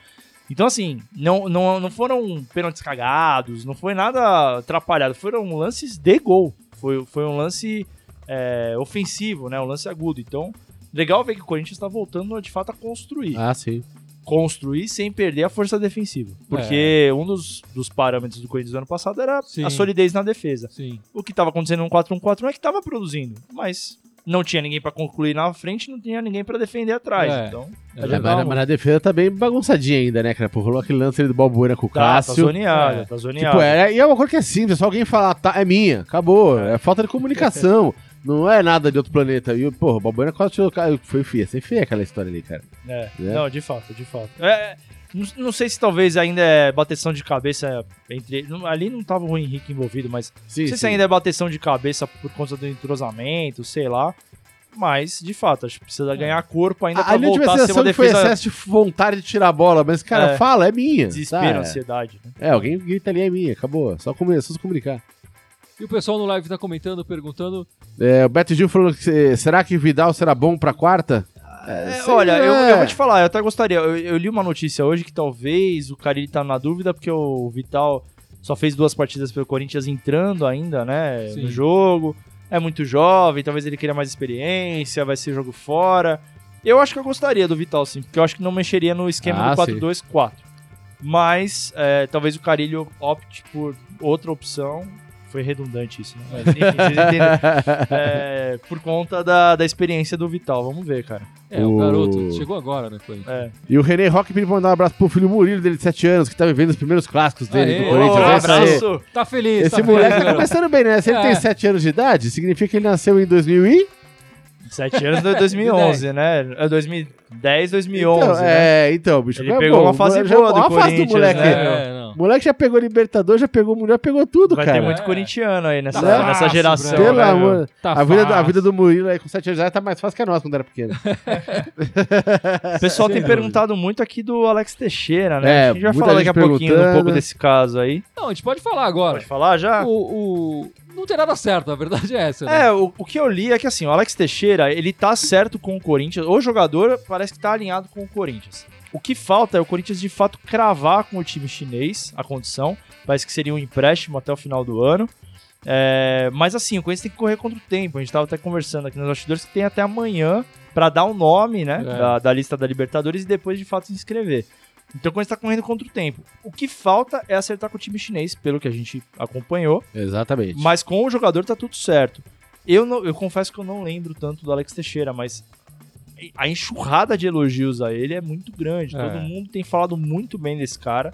[SPEAKER 2] Então, assim, não, não, não foram pênaltis cagados, não foi nada atrapalhado, foram lances de gol. Foi, foi um lance é, ofensivo, né? Um lance agudo. Então, legal ver que o Corinthians tá voltando de fato a construir
[SPEAKER 3] Ah, sim.
[SPEAKER 2] construir sem perder a força defensiva. Porque um dos, dos parâmetros do Corinthians do ano passado era
[SPEAKER 1] É. Sim.
[SPEAKER 2] a solidez na defesa.
[SPEAKER 1] Sim.
[SPEAKER 2] O que estava acontecendo no 4-1-4-1 é que estava produzindo, mas não tinha ninguém para concluir na frente, não tinha ninguém para defender atrás.
[SPEAKER 1] É.
[SPEAKER 2] Então,
[SPEAKER 1] É
[SPEAKER 3] Mas,
[SPEAKER 1] verdade.
[SPEAKER 3] mas- mas na defesa tá bem bagunçadinha ainda, né, cara? Pô, rolou aquele lance ali do Balbuena com o
[SPEAKER 2] tá, tá
[SPEAKER 3] Cássio.
[SPEAKER 2] zoneado,
[SPEAKER 1] é.
[SPEAKER 2] tá zoneado.
[SPEAKER 3] Tipo, é, e é uma coisa que é simples, é só alguém falar, tá, é minha, acabou. É falta de comunicação. Não é nada de outro planeta. E, porra, o Balbuena quase tirou o cara. Foi feia, sem feia aquela história ali, cara.
[SPEAKER 2] É,
[SPEAKER 3] né?
[SPEAKER 2] Não, de fato, de fato. É, é, não, não sei se talvez ainda é bateção de cabeça entre. não- ali não tava o Henrique envolvido, mas
[SPEAKER 3] Sim,
[SPEAKER 2] Não sei se ainda é bateção de cabeça por conta do entrosamento, sei lá. Mas, de fato, acho que precisa ganhar corpo ainda
[SPEAKER 3] É. A,
[SPEAKER 2] pra
[SPEAKER 3] a minha
[SPEAKER 2] voltar a ser uma
[SPEAKER 3] sensação que foi
[SPEAKER 2] defesa
[SPEAKER 3] excesso de vontade de tirar a bola, mas, cara,
[SPEAKER 2] É.
[SPEAKER 3] fala, é minha.
[SPEAKER 2] desespero,
[SPEAKER 3] tá?
[SPEAKER 2] ansiedade. Né?
[SPEAKER 3] É, alguém grita ali, é minha, acabou. Só, comuni- só se comunicar.
[SPEAKER 1] E o pessoal no live tá comentando, perguntando.
[SPEAKER 3] É, o Beto Gil falou que se- será que Vidal será bom pra quarta?
[SPEAKER 2] É,
[SPEAKER 3] sei
[SPEAKER 2] olha,
[SPEAKER 3] lá.
[SPEAKER 2] eu, eu vou te falar, eu até gostaria. Eu, eu li uma notícia hoje que talvez o Carilli tá na dúvida porque o Vital só fez duas partidas pelo Corinthians entrando ainda, né,
[SPEAKER 1] Sim.
[SPEAKER 2] no jogo. É muito jovem, talvez ele queira mais experiência, vai ser jogo fora. Eu acho que eu gostaria do Vital, sim, porque eu acho que não mexeria no esquema
[SPEAKER 3] Ah,
[SPEAKER 2] do 4-2-4. Mas é, talvez o Carilho opte por outra opção. Foi redundante isso, né? Mas, enfim, vocês entenderam. É, por conta da, da experiência do Vital. Vamos ver, cara.
[SPEAKER 1] É, o
[SPEAKER 3] O-
[SPEAKER 1] garoto chegou agora, né? Foi.
[SPEAKER 2] É.
[SPEAKER 3] E o René Rock pediu pra mandar um abraço pro filho Murilo dele de 7 anos, que tá vivendo os primeiros clássicos dele
[SPEAKER 1] Aê,
[SPEAKER 3] do Corinthians.
[SPEAKER 1] um
[SPEAKER 3] É isso aí.
[SPEAKER 2] abraço.
[SPEAKER 1] Tá feliz,
[SPEAKER 3] Esse
[SPEAKER 1] tá
[SPEAKER 3] moleque
[SPEAKER 1] feliz,
[SPEAKER 3] tá
[SPEAKER 1] garoto.
[SPEAKER 3] começando bem, né? Se ele
[SPEAKER 1] É.
[SPEAKER 3] tem 7 anos de idade, significa que ele nasceu em 2000 e...
[SPEAKER 2] Sete anos de 2011, né? É 2010, 2011.
[SPEAKER 3] então,
[SPEAKER 2] né?
[SPEAKER 3] É, então, bicho.
[SPEAKER 2] Ele
[SPEAKER 3] é
[SPEAKER 2] pegou
[SPEAKER 3] bom.
[SPEAKER 2] uma fase
[SPEAKER 3] já,
[SPEAKER 2] boa do
[SPEAKER 3] olha a fase
[SPEAKER 2] Corinthians,
[SPEAKER 3] do moleque.
[SPEAKER 2] né?
[SPEAKER 1] É, não.
[SPEAKER 3] O moleque já pegou Libertador, já pegou Mulher, pegou tudo,
[SPEAKER 2] Vai
[SPEAKER 3] cara.
[SPEAKER 2] ter muito
[SPEAKER 1] É.
[SPEAKER 2] corintiano aí nessa,
[SPEAKER 3] Tá
[SPEAKER 2] nessa
[SPEAKER 1] fácil,
[SPEAKER 2] geração.
[SPEAKER 1] Breno.
[SPEAKER 3] Pelo
[SPEAKER 2] né, meu?
[SPEAKER 3] amor.
[SPEAKER 1] Tá
[SPEAKER 3] a, vida, do- a
[SPEAKER 1] fácil.
[SPEAKER 3] vida do Murilo aí com 7 anos de idade tá mais fácil que a nossa quando era pequeno.
[SPEAKER 2] O pessoal tem
[SPEAKER 1] Sem
[SPEAKER 2] perguntado muito aqui do Alex Teixeira, né?
[SPEAKER 3] É,
[SPEAKER 2] a gente vai
[SPEAKER 3] muita
[SPEAKER 2] falar daqui a
[SPEAKER 3] gente
[SPEAKER 2] pouquinho um
[SPEAKER 3] perguntando.
[SPEAKER 2] pouco desse caso aí.
[SPEAKER 1] Não, a gente pode falar agora.
[SPEAKER 2] Pode falar já?
[SPEAKER 1] O, o- Não tem nada certo, a verdade é essa. né?
[SPEAKER 2] É, o, o que eu li é que assim, o Alex Teixeira, ele tá certo com o Corinthians, o jogador parece que tá alinhado com o Corinthians. O que falta é o Corinthians de fato cravar com o time chinês a condição, parece que seria um empréstimo até o final do ano. É, mas assim, o Corinthians tem que correr contra o tempo. A gente tava até conversando aqui nos bastidores que tem até amanhã pra dar o nome, né,
[SPEAKER 1] É.
[SPEAKER 2] da, da lista da Libertadores e depois de fato se inscrever. Então o Corinthians tá correndo contra o tempo. O que falta é acertar com o time chinês, pelo que a gente acompanhou.
[SPEAKER 3] Exatamente.
[SPEAKER 2] Mas com o jogador tá tudo certo. Eu, não- eu confesso que eu não lembro tanto do Alex Teixeira, mas a enxurrada de elogios a ele é muito grande.
[SPEAKER 1] É.
[SPEAKER 2] Todo mundo tem falado muito bem desse cara.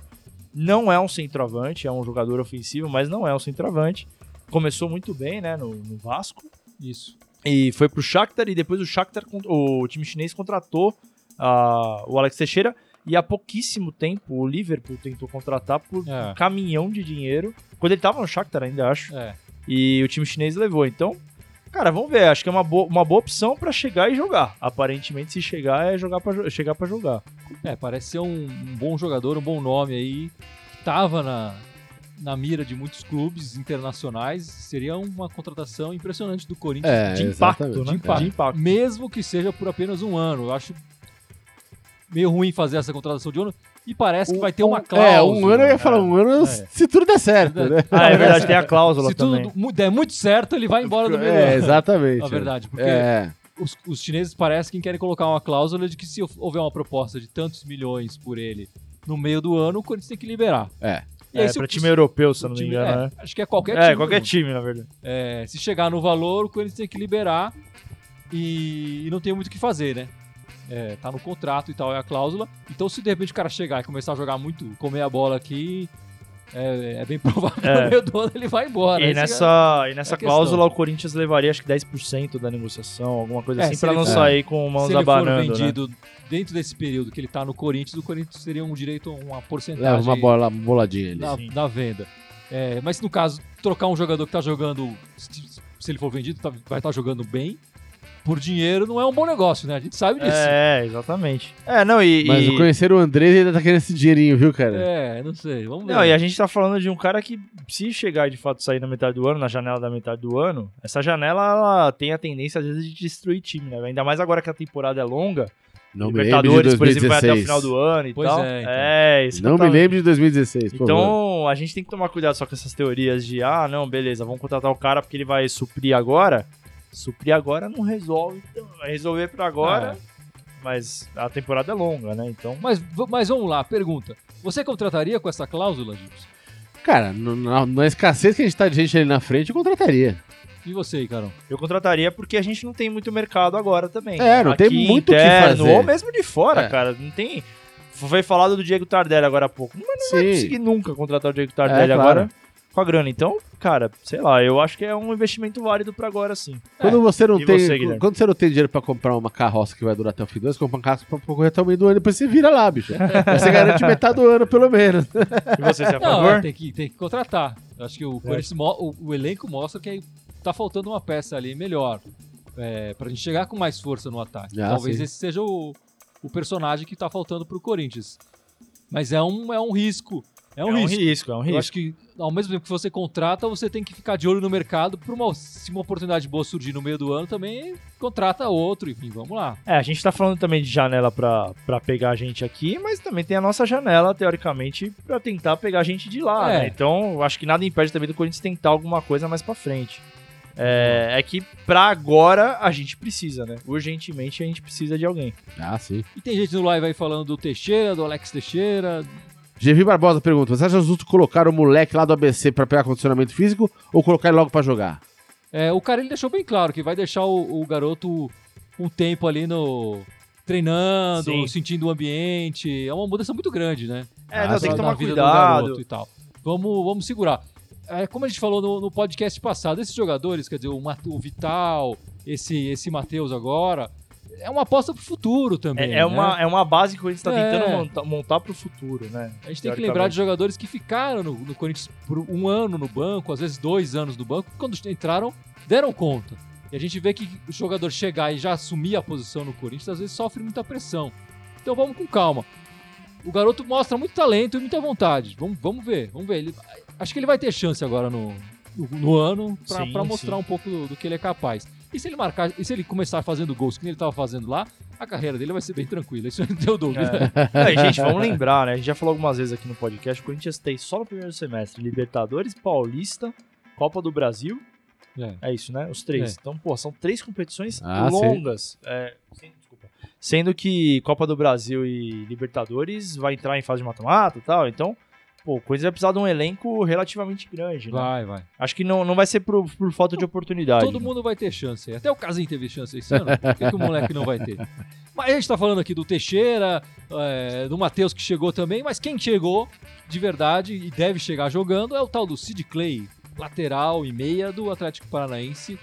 [SPEAKER 2] Não é um centroavante, é um jogador ofensivo, mas não é um centroavante. Começou muito bem, né, no, no Vasco.
[SPEAKER 1] Isso.
[SPEAKER 2] E foi pro Shakhtar e depois o Shakhtar, con- o time chinês contratou ah, o Alex Teixeira. E há pouquíssimo tempo o Liverpool tentou contratar por
[SPEAKER 1] É.
[SPEAKER 2] caminhão de dinheiro. Quando ele tava no Shakhtar ainda, acho
[SPEAKER 1] É.
[SPEAKER 2] e o time chinês levou. Então, cara, vamos ver. Acho que é uma, bo- uma boa opção pra chegar e jogar. Aparentemente, se chegar, é jogar pra jo- chegar para jogar.
[SPEAKER 1] É, parece ser um, um bom jogador, um bom nome aí. que Tava na, na mira de muitos clubes internacionais. Seria uma contratação impressionante do Corinthians.
[SPEAKER 3] É,
[SPEAKER 2] De impacto,
[SPEAKER 3] exatamente.
[SPEAKER 2] né?
[SPEAKER 1] De impacto.
[SPEAKER 2] De
[SPEAKER 3] É.
[SPEAKER 2] impacto.
[SPEAKER 1] Mesmo que seja por apenas um ano. Eu acho meio ruim fazer essa contratação de um ano. E parece que vai ter uma cláusula.
[SPEAKER 3] É, um ano eu ia falar, um ano
[SPEAKER 1] É.
[SPEAKER 3] se tudo der certo, né?
[SPEAKER 2] Ah, né? é verdade, tem a cláusula
[SPEAKER 1] Se
[SPEAKER 2] também.
[SPEAKER 1] tudo mu- der muito certo, ele vai embora do meio
[SPEAKER 3] É,
[SPEAKER 1] ano.
[SPEAKER 3] exatamente.
[SPEAKER 1] Na verdade, porque
[SPEAKER 3] É.
[SPEAKER 1] os, os chineses parecem que querem colocar uma cláusula de que se houver uma proposta de tantos milhões por ele no meio do ano, o Corinthians tem que liberar.
[SPEAKER 3] É.
[SPEAKER 1] E aí,
[SPEAKER 2] É,
[SPEAKER 1] se o-
[SPEAKER 2] pra time
[SPEAKER 1] se-
[SPEAKER 2] europeu, se
[SPEAKER 1] o
[SPEAKER 2] eu não me
[SPEAKER 1] time-
[SPEAKER 2] engano,
[SPEAKER 1] é,
[SPEAKER 2] né?
[SPEAKER 1] Acho que é qualquer time.
[SPEAKER 2] É, qualquer
[SPEAKER 1] do mundo.
[SPEAKER 2] time, na verdade.
[SPEAKER 1] É, se chegar no valor, o Corinthians tem que liberar e, e não tem muito o que fazer, né? é, tá no contrato e tal, é a cláusula. Então, se de repente o cara chegar e começar a jogar muito, comer a bola aqui, é, é bem provável que
[SPEAKER 2] É.
[SPEAKER 1] o meu dono ele vai embora.
[SPEAKER 2] E é
[SPEAKER 1] Esse
[SPEAKER 2] nessa, e
[SPEAKER 1] é
[SPEAKER 2] nessa
[SPEAKER 1] a
[SPEAKER 2] cláusula,
[SPEAKER 1] questão.
[SPEAKER 2] o Corinthians levaria acho que 10% da negociação, alguma coisa
[SPEAKER 1] É,
[SPEAKER 2] assim,
[SPEAKER 1] se
[SPEAKER 2] pra
[SPEAKER 1] ele
[SPEAKER 2] não
[SPEAKER 1] for-
[SPEAKER 2] sair com
[SPEAKER 1] cara,
[SPEAKER 2] mãos
[SPEAKER 1] se ele for
[SPEAKER 2] abanando. né?
[SPEAKER 1] vendido dentro desse período que ele tá no Corinthians, o Corinthians teria um direito a uma
[SPEAKER 2] é
[SPEAKER 1] porcentagem
[SPEAKER 3] Leva uma bola, uma boladinha ali.
[SPEAKER 1] na,
[SPEAKER 2] Sim.
[SPEAKER 1] na venda. É, mas no caso, trocar um jogador que tá jogando, se se ele for vendido, tá- vai estar jogando bem, por dinheiro não é um bom negócio, né? A gente sabe disso.
[SPEAKER 2] É, exatamente. É, não, e.
[SPEAKER 3] Mas
[SPEAKER 2] e-
[SPEAKER 3] conhecer o Andrés ele ainda tá querendo esse dinheirinho, viu, cara?
[SPEAKER 1] É, não sei, vamos ver.
[SPEAKER 2] Não, e a gente tá falando de um cara que, se chegar e de fato sair na metade do ano, na janela da metade do ano, essa janela ela tem a tendência, às vezes, de destruir time, né? Ainda mais agora que a temporada é longa.
[SPEAKER 3] Não me lembro de
[SPEAKER 2] Libertadores,
[SPEAKER 3] 2016.
[SPEAKER 2] por exemplo, vai até o final do ano e
[SPEAKER 1] Pois
[SPEAKER 2] tal.
[SPEAKER 1] é, então.
[SPEAKER 2] isso
[SPEAKER 3] Não
[SPEAKER 2] que eu
[SPEAKER 3] me
[SPEAKER 2] tava-
[SPEAKER 3] lembro de 2016, por favor.
[SPEAKER 2] Então, a gente tem que tomar cuidado só com essas teorias de, ah, não, beleza, vamos contratar o cara porque ele vai suprir agora. Suprir agora não resolve. Então, vai resolver pra agora, mas a temporada é longa, né? Então,
[SPEAKER 1] Mas, v- mas vamos lá, pergunta. Você contrataria com essa cláusula, Gibson?
[SPEAKER 3] Cara, no- na, na escassez que a gente tá de gente ali na frente, eu contrataria.
[SPEAKER 1] E você, aí, Carol?
[SPEAKER 2] eu contrataria porque a gente não tem muito mercado agora também.
[SPEAKER 3] É, não tem muito o que
[SPEAKER 2] interno,
[SPEAKER 3] fazer.
[SPEAKER 2] Ou mesmo de fora,
[SPEAKER 3] É.
[SPEAKER 2] cara. Não tem... Foi falado do Diego Tardelli agora há pouco. Não vai
[SPEAKER 3] Sim.
[SPEAKER 2] conseguir nunca contratar o Diego Tardelli
[SPEAKER 3] É, claro.
[SPEAKER 2] agora com a grana. Então, cara, sei lá, eu acho que é um investimento válido pra agora, sim.
[SPEAKER 3] Quando você não
[SPEAKER 2] É, E
[SPEAKER 3] tem,
[SPEAKER 2] você, Guilherme?
[SPEAKER 3] quando você não tem dinheiro pra comprar uma carroça que vai durar até o fim do ano, você compra uma carroça pra correr até o meio do ano, depois você vira lá, bicho. Aí você garante metade do ano, pelo menos.
[SPEAKER 2] E você, você é
[SPEAKER 1] Não,
[SPEAKER 2] a favor?
[SPEAKER 1] é, tem, que, tem que contratar. Eu acho que o,
[SPEAKER 3] É.
[SPEAKER 1] Corinthians mo- o, o elenco mostra que tá faltando uma peça ali melhor. É, pra gente chegar com mais força no ataque.
[SPEAKER 3] Ah,
[SPEAKER 1] Talvez
[SPEAKER 3] sim.
[SPEAKER 1] esse seja o, o personagem que tá faltando pro Corinthians. Mas é um, é um risco. É um risco.
[SPEAKER 2] é um
[SPEAKER 1] Eu acho que ao mesmo tempo que você contrata, você tem que ficar de olho no mercado. Pra uma, se uma oportunidade boa surgir no meio do ano, também contrata outro. Enfim, vamos lá.
[SPEAKER 2] É, a gente tá falando também de janela pra, pra pegar a gente aqui, mas também tem a nossa janela, teoricamente, pra tentar pegar a gente de lá,
[SPEAKER 1] É.
[SPEAKER 2] né? Então, eu acho que nada impede também do Corinthians tentar alguma coisa mais pra frente. É, é que pra agora a gente precisa, né? Urgentemente a gente precisa de alguém.
[SPEAKER 3] Ah, sim.
[SPEAKER 1] E tem gente no live aí falando do Teixeira, do Alex Teixeira.
[SPEAKER 3] GV Barbosa pergunta: você acha justo colocar o moleque lá do ABC pra pegar condicionamento físico ou colocar ele logo pra jogar?
[SPEAKER 1] É, o cara ele deixou bem claro que vai deixar o, o garoto um tempo ali no. treinando,
[SPEAKER 2] Sim.
[SPEAKER 1] sentindo o ambiente. É uma mudança muito grande, né?
[SPEAKER 2] É,
[SPEAKER 3] Ah,
[SPEAKER 2] não,
[SPEAKER 3] sim.
[SPEAKER 2] tem que
[SPEAKER 1] Na
[SPEAKER 2] tomar
[SPEAKER 1] vida do
[SPEAKER 2] cuidado.
[SPEAKER 1] garoto e tal. Vamos, vamos segurar. É, como a gente falou no, no podcast passado, esses jogadores, quer dizer, o, Mat- o Vital, esse, esse Matheus agora, é uma aposta pro futuro também.
[SPEAKER 2] É,
[SPEAKER 1] né?
[SPEAKER 2] é uma, é uma base que o Corinthians tá
[SPEAKER 1] É.
[SPEAKER 2] tentando montar, montar pro futuro, né?
[SPEAKER 1] A gente tem que lembrar de jogadores que ficaram no, no Corinthians por um ano no banco, às vezes dois anos no banco, que quando entraram, deram conta. E a gente vê que o jogador chegar e já assumir a posição no Corinthians, às vezes sofre muita pressão. Então vamos com calma. O garoto mostra muito talento e muita vontade. Vamos, vamos ver, vamos ver. Ele- acho que ele vai ter chance agora no, no, no ano pra-
[SPEAKER 2] Sim,
[SPEAKER 1] pra mostrar
[SPEAKER 2] sim.
[SPEAKER 1] um pouco do, do que ele é capaz. E se ele marcar, e se ele começar fazendo gols que nem ele estava fazendo lá, a carreira dele vai ser bem tranquila. Isso não deu dúvida.
[SPEAKER 2] É. Não, e, gente, vamos lembrar, né? A gente já falou algumas vezes aqui no podcast, o Corinthians tem só no primeiro semestre Libertadores, Paulista, Copa do Brasil,
[SPEAKER 1] É.
[SPEAKER 2] é isso, né? Os três.
[SPEAKER 1] É.
[SPEAKER 2] Então, pô, são três competições
[SPEAKER 3] Ah, sim.
[SPEAKER 2] longas. É, sim, desculpa. Sendo que Copa do Brasil e Libertadores vai entrar em fase de mata-mata e tal, então... Pô, o Corinthians vai precisar de um elenco relativamente grande, né?
[SPEAKER 1] Vai, vai.
[SPEAKER 2] Acho que não, não vai ser por, por falta de oportunidade.
[SPEAKER 1] Todo
[SPEAKER 2] né?
[SPEAKER 1] mundo vai ter chance. Até o Casim teve chance esse ano. Por que, que o moleque não vai ter? Mas a gente tá falando aqui do Teixeira, é, do Matheus que chegou também, mas quem chegou de verdade e deve chegar jogando é o tal do Sid Clay, lateral e meia do Atlético Paranaense,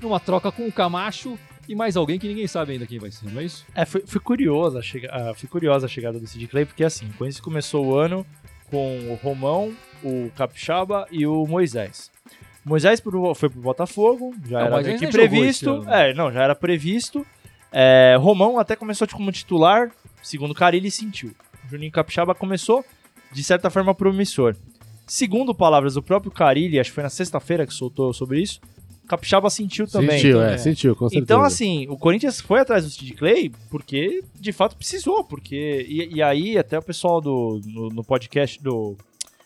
[SPEAKER 1] numa troca com o Camacho e mais alguém que ninguém sabe ainda quem vai ser, não é isso?
[SPEAKER 2] É, foi, foi curiosa a chega, ah, foi curiosa a chegada do Sid Clay, porque assim, o Corinthians começou o ano com o Romão, o Capixaba e o Moisés. O Moisés pro- foi pro Botafogo, já
[SPEAKER 1] É, o
[SPEAKER 2] era
[SPEAKER 1] Moisés
[SPEAKER 2] meio que
[SPEAKER 1] nem jogou esse
[SPEAKER 2] previsto.
[SPEAKER 1] ano.
[SPEAKER 2] É, não, já era previsto. É, Romão até começou como titular, segundo o Carilli, sentiu. Juninho Capixaba começou, de certa forma, promissor. Segundo palavras do próprio Carilli, acho que foi na sexta-feira que soltou sobre isso, Capixaba sentiu também.
[SPEAKER 3] sentiu, é,
[SPEAKER 1] também.
[SPEAKER 3] sentiu, com certeza.
[SPEAKER 2] Então, assim, o Corinthians foi atrás do Sid Clay porque, de fato, precisou. porque E, e aí, até o pessoal do, no, no podcast do,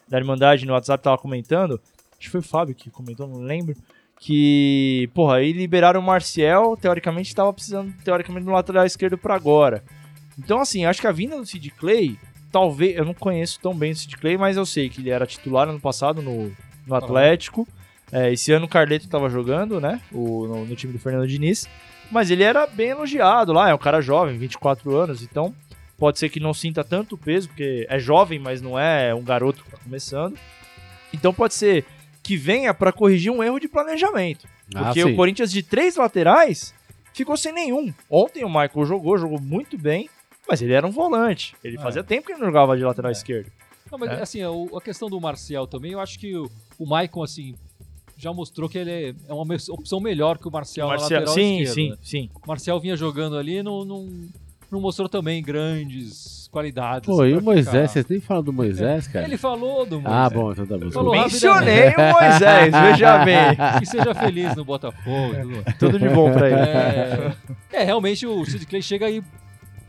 [SPEAKER 2] da Irmandade no WhatsApp tava comentando, acho que foi o Fábio que comentou, não lembro, que, porra, aí liberaram o Marcial, teoricamente tava precisando, teoricamente, do lateral esquerdo pra agora. Então, assim, acho que a vinda do Sid Clay, talvez, eu não conheço tão bem o Sid Clay, mas eu sei que ele era titular ano passado no, no Atlético. É, esse ano o Carleto tava jogando, né? O, no, no time do Fernando Diniz. Mas ele era bem elogiado lá, é um cara jovem, 24 anos, então pode ser que não sinta tanto peso, porque é jovem, mas não é um garoto que tá começando. Então pode ser que venha para corrigir um erro de planejamento.
[SPEAKER 3] Ah,
[SPEAKER 2] assim, Porque
[SPEAKER 3] sim.
[SPEAKER 2] o Corinthians de três laterais ficou sem nenhum. Ontem o Michael jogou, jogou muito bem, mas ele era um volante. Ele
[SPEAKER 1] É.
[SPEAKER 2] fazia tempo que ele não jogava de lateral esquerdo.
[SPEAKER 1] Não, mas
[SPEAKER 2] É.
[SPEAKER 1] assim, o- a questão do Marcial também, eu acho que o, o Maicon, assim, já mostrou que ele é- é uma me- opção melhor que o Marcial, na
[SPEAKER 2] Marcia-
[SPEAKER 1] Então, lateral né?
[SPEAKER 2] Sim,
[SPEAKER 1] esquerda.
[SPEAKER 2] sim, sim.
[SPEAKER 1] O Marcial vinha jogando ali e não, não, não mostrou também grandes qualidades.
[SPEAKER 3] Pô, e o
[SPEAKER 1] pra
[SPEAKER 3] Moisés?
[SPEAKER 1] ficar-
[SPEAKER 3] Vocês nem falam do Moisés, cara?
[SPEAKER 1] Ele falou do Moisés.
[SPEAKER 3] Ah, bom, então tá bom.
[SPEAKER 1] Falou rápido, né?
[SPEAKER 2] Mencionei o Moisés, veja bem.
[SPEAKER 1] Que seja feliz no Botafogo. e tudo mais.
[SPEAKER 2] Tudo de bom pra ele.
[SPEAKER 1] É, é, realmente o Sid Clay chega aí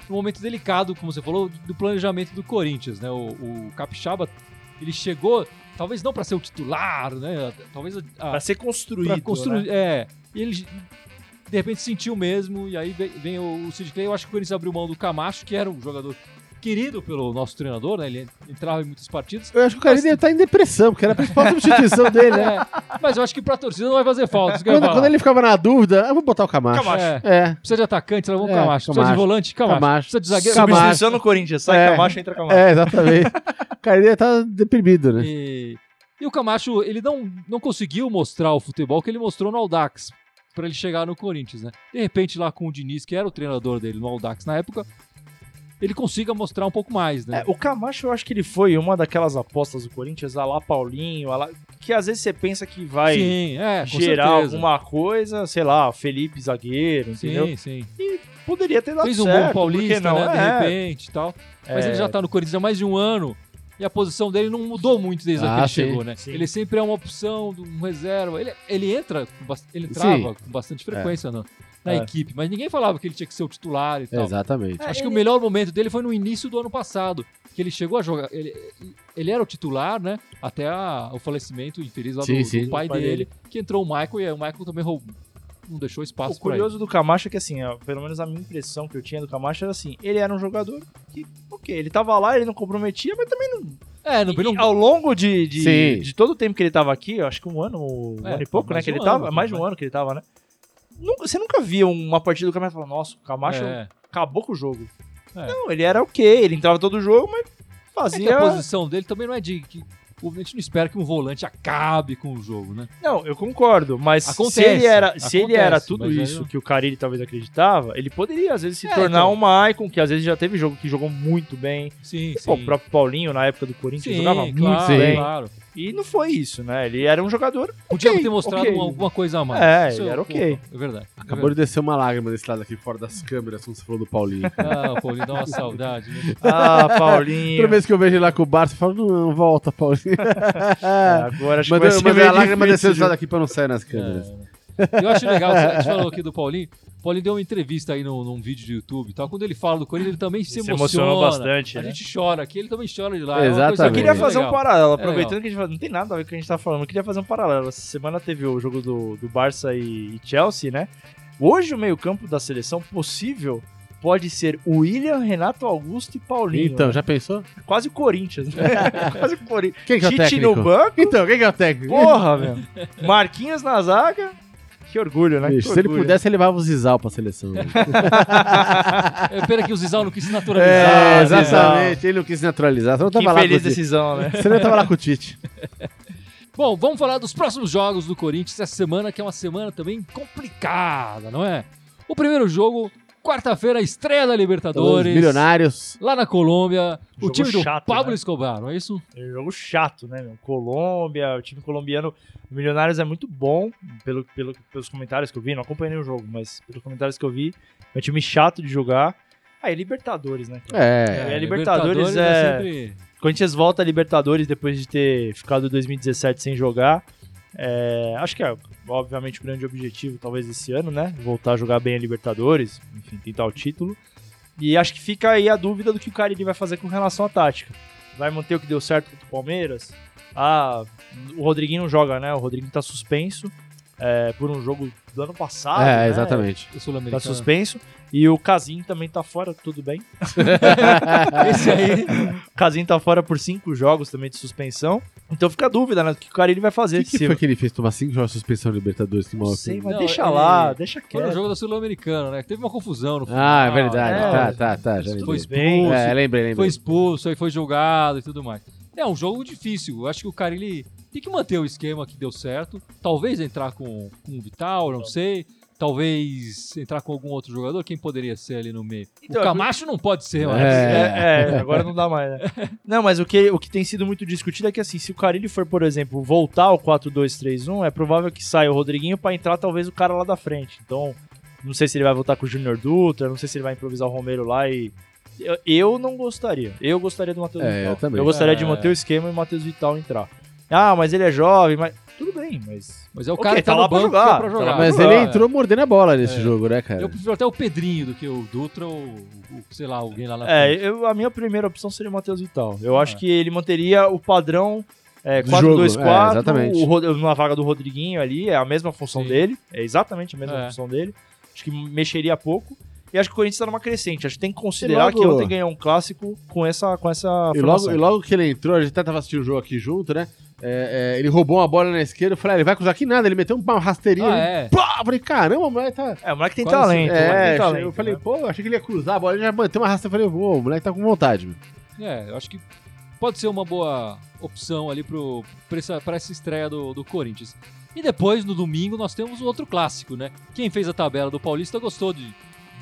[SPEAKER 1] num momento delicado, como você falou, do planejamento do Corinthians, né? O, o Capixaba, ele chegou, talvez não para ser o titular, né? Talvez a, a-
[SPEAKER 2] Pra ser construído. né?
[SPEAKER 1] pra construir.
[SPEAKER 3] né?
[SPEAKER 1] É. E ele de repente sentiu mesmo, e aí vem, vem o, o Sid Clay. Eu acho que o Corinthians abriu mão do Camacho, que era um jogador querido pelo nosso treinador, né? Ele entrava em muitas partidas.
[SPEAKER 3] Eu acho que o cara deve estar em depressão, porque era a principal substituição dele, né?
[SPEAKER 1] É, mas eu acho que pra torcida não vai fazer falta. isso que eu ia
[SPEAKER 3] Quando, quando
[SPEAKER 1] falar.
[SPEAKER 3] ele ficava na dúvida, ah, eu vou botar o Camacho.
[SPEAKER 2] Camacho.
[SPEAKER 1] É,
[SPEAKER 3] É.
[SPEAKER 1] precisa de atacante, levou o
[SPEAKER 3] É,
[SPEAKER 1] Camacho. Precisa de
[SPEAKER 3] Camacho.
[SPEAKER 1] volante, Camacho.
[SPEAKER 3] Camacho.
[SPEAKER 1] Precisa de zagueiro,
[SPEAKER 3] Camacho.
[SPEAKER 2] Substituição no Corinthians, sai
[SPEAKER 3] É.
[SPEAKER 2] Camacho, entra Camacho.
[SPEAKER 3] É, exatamente. o cara dele tá deprimido, né?
[SPEAKER 1] E, e o Camacho, ele não, não conseguiu mostrar o futebol que ele mostrou no Aldax pra ele chegar no Corinthians, né? De repente, lá com o Diniz, que era o treinador dele no Aldax na época, ele consiga mostrar um pouco mais, né?
[SPEAKER 2] É, o Camacho, eu acho que ele foi uma daquelas apostas do Corinthians, a lá Paulinho, a lá- que às vezes você pensa que vai
[SPEAKER 1] sim, é, com
[SPEAKER 2] gerar
[SPEAKER 1] certeza.
[SPEAKER 2] alguma coisa, sei lá, Felipe zagueiro, entendeu?
[SPEAKER 1] Sim, sim.
[SPEAKER 2] Poderia ter dado
[SPEAKER 1] Fez um
[SPEAKER 2] certo,
[SPEAKER 1] bom
[SPEAKER 2] por que
[SPEAKER 1] paulista,
[SPEAKER 2] não?
[SPEAKER 1] né? De
[SPEAKER 2] É,
[SPEAKER 1] repente e tal. Mas
[SPEAKER 2] É.
[SPEAKER 1] ele já tá no Corinthians há mais de um ano e a posição dele não mudou muito desde
[SPEAKER 3] Ah,
[SPEAKER 1] que ele
[SPEAKER 3] sim,
[SPEAKER 1] chegou, né?
[SPEAKER 2] sim.
[SPEAKER 1] Ele sempre é uma opção, um reserva. Ele, ele entra, com bas- ele entrava
[SPEAKER 3] Sim.
[SPEAKER 1] com bastante frequência na, na
[SPEAKER 2] É.
[SPEAKER 1] equipe, mas ninguém falava que ele tinha que ser o titular e tal.
[SPEAKER 3] Exatamente.
[SPEAKER 1] Acho
[SPEAKER 2] É,
[SPEAKER 1] que o
[SPEAKER 2] ele-
[SPEAKER 1] melhor momento dele foi no início do ano passado, que ele chegou a jogar. Ele, ele era o titular, né? Até a- o falecimento infeliz lá do-
[SPEAKER 3] Sim,
[SPEAKER 1] do,
[SPEAKER 3] sim.
[SPEAKER 1] pai,
[SPEAKER 2] Do pai
[SPEAKER 1] dele, que entrou o Michael e aí o Michael também roubou, não deixou espaço
[SPEAKER 2] O
[SPEAKER 1] pra ele.
[SPEAKER 2] curioso do Camacho é que, assim, ó, pelo menos a minha impressão que eu tinha do Camacho era assim, ele era um jogador que, ok, ele tava lá, ele não comprometia, mas também
[SPEAKER 1] É, não, não,
[SPEAKER 2] e ao longo de, de,
[SPEAKER 3] Sim.
[SPEAKER 2] de todo o tempo que ele tava aqui, eu acho que um ano, um
[SPEAKER 1] É,
[SPEAKER 2] ano e pouco, né,
[SPEAKER 1] mais
[SPEAKER 2] que
[SPEAKER 1] um
[SPEAKER 2] ele
[SPEAKER 1] ano,
[SPEAKER 2] tava, mais de um
[SPEAKER 1] né?
[SPEAKER 2] ano que ele tava, né? Nunca- Você nunca via uma partida do Camacho e falava, nossa, o Camacho
[SPEAKER 1] é.
[SPEAKER 2] acabou com o jogo.
[SPEAKER 1] É.
[SPEAKER 2] Não, ele era ok, ele entrava todo jogo, mas
[SPEAKER 1] É que
[SPEAKER 2] fazia.
[SPEAKER 1] a posição dele também não é de. Que, a gente não espera que um volante acabe com o jogo, né?
[SPEAKER 2] Não, eu concordo, mas se
[SPEAKER 1] Acontece,
[SPEAKER 2] ele era, se ele
[SPEAKER 1] acontece,
[SPEAKER 2] era tudo
[SPEAKER 1] mas aí
[SPEAKER 2] isso
[SPEAKER 1] eu-
[SPEAKER 2] que o Carille talvez acreditava, ele poderia às vezes se
[SPEAKER 1] É,
[SPEAKER 2] tornar
[SPEAKER 1] então.
[SPEAKER 2] um uma Icon, que às vezes já teve jogo que jogou muito bem.
[SPEAKER 1] Sim,
[SPEAKER 2] Pô, o próprio Paulinho, na época do Corinthians, jogava muito
[SPEAKER 1] claro,
[SPEAKER 3] bem.
[SPEAKER 1] claro.
[SPEAKER 2] E não foi isso, né? Ele era um jogador.
[SPEAKER 1] Podia
[SPEAKER 2] ok,
[SPEAKER 1] ter mostrado um-
[SPEAKER 2] ok.
[SPEAKER 1] alguma coisa a mais.
[SPEAKER 2] É,
[SPEAKER 1] Isso
[SPEAKER 2] ele
[SPEAKER 1] eu
[SPEAKER 2] era
[SPEAKER 1] concordo.
[SPEAKER 2] ok.
[SPEAKER 1] É verdade.
[SPEAKER 3] Acabou de descer uma lágrima desse lado aqui, fora das câmeras, como você falou do Paulinho.
[SPEAKER 1] Ah, pô, ele dá uma saudade. né?
[SPEAKER 2] Ah,
[SPEAKER 3] Toda
[SPEAKER 2] Paulinho.
[SPEAKER 3] vez que eu vejo ele lá com o Barça, eu falo, não, volta, Paulinho.
[SPEAKER 2] Ah, Agora acho que vai
[SPEAKER 3] Mandei,
[SPEAKER 2] ser
[SPEAKER 3] mandei
[SPEAKER 2] meio
[SPEAKER 3] a lágrima
[SPEAKER 2] difícil, É,
[SPEAKER 3] descer do
[SPEAKER 2] viu?
[SPEAKER 3] lado aqui pra não sair nas câmeras.
[SPEAKER 1] É. Eu acho legal, a gente falou aqui do Paulinho. O Paulinho deu uma entrevista aí num, num vídeo do YouTube e tal. Quando ele fala do Corinthians, ele também se,
[SPEAKER 2] Se
[SPEAKER 1] emociona.
[SPEAKER 2] emocionou bastante,
[SPEAKER 1] A
[SPEAKER 2] né?
[SPEAKER 1] gente chora aqui, ele também chora de lá.
[SPEAKER 3] Exatamente.
[SPEAKER 2] Eu queria
[SPEAKER 3] É
[SPEAKER 2] fazer um
[SPEAKER 1] parado.
[SPEAKER 2] paralelo,
[SPEAKER 1] É
[SPEAKER 2] aproveitando que a gente fala- não tem nada a ver com o que a gente tá falando, eu queria fazer um paralelo. Essa semana teve o jogo do, do Barça e, e Chelsea, né? Hoje o meio-campo da seleção possível pode ser o William, Renato Augusto e Paulinho. né?
[SPEAKER 3] Então, já pensou?
[SPEAKER 2] Quase o Corinthians, né? Quase o Corinthians.
[SPEAKER 3] Quem que é o
[SPEAKER 2] Tite no
[SPEAKER 3] técnico?
[SPEAKER 2] banco,
[SPEAKER 3] Então, quem que é o técnico?
[SPEAKER 2] porra, velho. Marquinhos na zaga. Que orgulho, né? Que
[SPEAKER 3] Bicho, se ele
[SPEAKER 2] orgulho.
[SPEAKER 3] pudesse, ele levava o Zizal pra seleção.
[SPEAKER 1] É, pena que o Zizal não quis se
[SPEAKER 3] é,
[SPEAKER 1] naturalizar. né?
[SPEAKER 3] exatamente. Ele não quis naturalizar. Você não
[SPEAKER 2] Que
[SPEAKER 3] tava lá com o
[SPEAKER 2] infeliz
[SPEAKER 3] Tite.
[SPEAKER 2] decisão, né?
[SPEAKER 3] Você não tava lá com o Tite.
[SPEAKER 1] Bom, vamos falar dos próximos jogos do Corinthians essa semana, que é uma semana também complicada, não é? O primeiro jogo, quarta-feira, estreia da
[SPEAKER 3] Os
[SPEAKER 1] Libertadores.
[SPEAKER 3] milionários.
[SPEAKER 1] Lá na Colômbia, o
[SPEAKER 2] Jogo
[SPEAKER 1] time do
[SPEAKER 2] chato,
[SPEAKER 1] Pablo
[SPEAKER 2] né?
[SPEAKER 1] Escobar, não é isso?
[SPEAKER 2] É um jogo chato, né, meu? Colômbia, o time colombiano, o Milionários é muito bom, pelo, pelo- pelos comentários que eu vi, não acompanhei o jogo, mas pelos comentários que eu vi, é um time chato de jogar. Aí, Libertadores, né? cara?
[SPEAKER 3] É.
[SPEAKER 2] É, Libertadores é-
[SPEAKER 1] sempre-
[SPEAKER 2] Corinthians volta a Libertadores depois de ter ficado 2017 sem jogar. É, acho que é, obviamente, o grande objetivo, talvez, esse ano, né? Voltar a jogar bem a Libertadores, enfim, tentar o título. E acho que fica aí a dúvida do que o Carille vai fazer com relação à tática. Vai manter o que deu certo contra o Palmeiras? Ah, o Rodriguinho não joga, né? O Rodriguinho tá suspenso é, por um jogo, do ano passado.
[SPEAKER 3] é,
[SPEAKER 2] né?
[SPEAKER 3] exatamente.
[SPEAKER 1] O
[SPEAKER 2] Tá
[SPEAKER 1] Sul-Americano.
[SPEAKER 2] suspenso. E o Casim também tá fora, tudo bem.
[SPEAKER 3] Ah, é
[SPEAKER 1] Esse aí.
[SPEAKER 2] O Casim tá fora por cinco jogos também de suspensão. Então fica a dúvida, né? O que o Carilli vai
[SPEAKER 3] O
[SPEAKER 2] fazer.
[SPEAKER 3] que, que
[SPEAKER 2] se-
[SPEAKER 3] foi que ele fez? Tomar 5 jogos de suspensão de Libertadores? Que
[SPEAKER 2] Não
[SPEAKER 3] maluco.
[SPEAKER 2] sei, mas
[SPEAKER 1] Não,
[SPEAKER 2] deixa
[SPEAKER 1] ele-
[SPEAKER 2] lá, deixa
[SPEAKER 1] Foi no
[SPEAKER 2] quieto.
[SPEAKER 1] é jogo da Sul-Americana, né? Teve uma confusão no final.
[SPEAKER 3] Ah, é verdade.
[SPEAKER 2] É,
[SPEAKER 3] tá, tá, tá. Já
[SPEAKER 1] Isso
[SPEAKER 3] lembrei.
[SPEAKER 1] foi
[SPEAKER 2] Bem,
[SPEAKER 1] expulso.
[SPEAKER 3] É, lembrei, lembrei.
[SPEAKER 1] Foi expulso, aí foi jogado e tudo mais. É um jogo difícil. Eu acho que o cara ele tem que manter o esquema que deu certo. Talvez entrar com, com o Vital, não sei. Talvez entrar com algum outro jogador. Quem poderia ser ali no meio?
[SPEAKER 2] Então,
[SPEAKER 1] o Camacho não pode ser, mas.
[SPEAKER 3] É.
[SPEAKER 2] É, é, agora não dá mais, né? Não, mas o que, o que tem sido muito discutido é que, assim, se o Carilli for, por exemplo, voltar ao 4-2-3-1, é provável que saia o Rodriguinho pra entrar talvez o cara lá da frente. Então, não sei se ele vai voltar com o Júnior Dutra, não sei se ele vai improvisar o Romero lá e... Eu, eu não gostaria. Eu gostaria do Matheus
[SPEAKER 3] É,
[SPEAKER 2] Vital.
[SPEAKER 3] eu também.
[SPEAKER 2] gostaria de
[SPEAKER 1] É.
[SPEAKER 2] manter o esquema e o Matheus Vital entrar. Ah, mas ele é jovem, mas... Tudo bem, mas...
[SPEAKER 1] Mas é o
[SPEAKER 2] Ok,
[SPEAKER 1] cara que
[SPEAKER 2] tá
[SPEAKER 1] tá,
[SPEAKER 2] lá
[SPEAKER 1] no
[SPEAKER 2] pra
[SPEAKER 1] banco
[SPEAKER 2] jogar,
[SPEAKER 1] que é pra
[SPEAKER 2] tá lá
[SPEAKER 1] jogar.
[SPEAKER 2] pra
[SPEAKER 3] Mas
[SPEAKER 2] jogar.
[SPEAKER 3] ele entrou mordendo a bola nesse
[SPEAKER 1] É.
[SPEAKER 3] jogo, né, cara?
[SPEAKER 1] Eu prefiro até o Pedrinho do que o Dutra ou, o- sei lá, alguém lá na
[SPEAKER 2] É,
[SPEAKER 1] frente.
[SPEAKER 2] eu- a minha primeira opção seria o Matheus Vital. Eu
[SPEAKER 1] Ah.
[SPEAKER 2] acho que ele manteria o padrão é,
[SPEAKER 3] Do jogo,
[SPEAKER 2] 4-2-4,
[SPEAKER 3] é, exatamente.
[SPEAKER 2] o Rod- na vaga do Rodriguinho ali, é a mesma função
[SPEAKER 1] Sim.
[SPEAKER 2] dele, é exatamente a mesma
[SPEAKER 1] É.
[SPEAKER 2] função dele. Acho que mexeria pouco. E acho que o Corinthians está numa crescente. Acho que tem que considerar
[SPEAKER 3] logo-
[SPEAKER 2] que ontem ganhou um clássico com essa, com essa
[SPEAKER 3] E
[SPEAKER 2] formação.
[SPEAKER 3] logo, e logo que ele entrou, a gente até tava assistindo o jogo aqui junto, né? É, é, ele roubou uma bola na esquerda, eu falei, ah, ele vai cruzar aqui nada, ele meteu uma rasteirinha.
[SPEAKER 1] Ah,
[SPEAKER 3] ali.
[SPEAKER 1] é.
[SPEAKER 3] Pá! Eu falei, caramba, o moleque tá.
[SPEAKER 2] É, o moleque tem
[SPEAKER 1] Quase-
[SPEAKER 2] talento. o moleque tem
[SPEAKER 3] é,
[SPEAKER 2] talento,
[SPEAKER 3] eu falei,
[SPEAKER 2] né?
[SPEAKER 3] pô, eu achei que ele ia cruzar a bola, ele já bateu uma rasteira, eu falei, pô, o moleque tá com vontade. meu.
[SPEAKER 1] É, eu acho que pode ser uma boa opção ali pro, pra, essa, pra essa estreia do, do Corinthians. E depois, no domingo, nós temos o outro clássico, né? Quem fez a tabela do Paulista gostou de,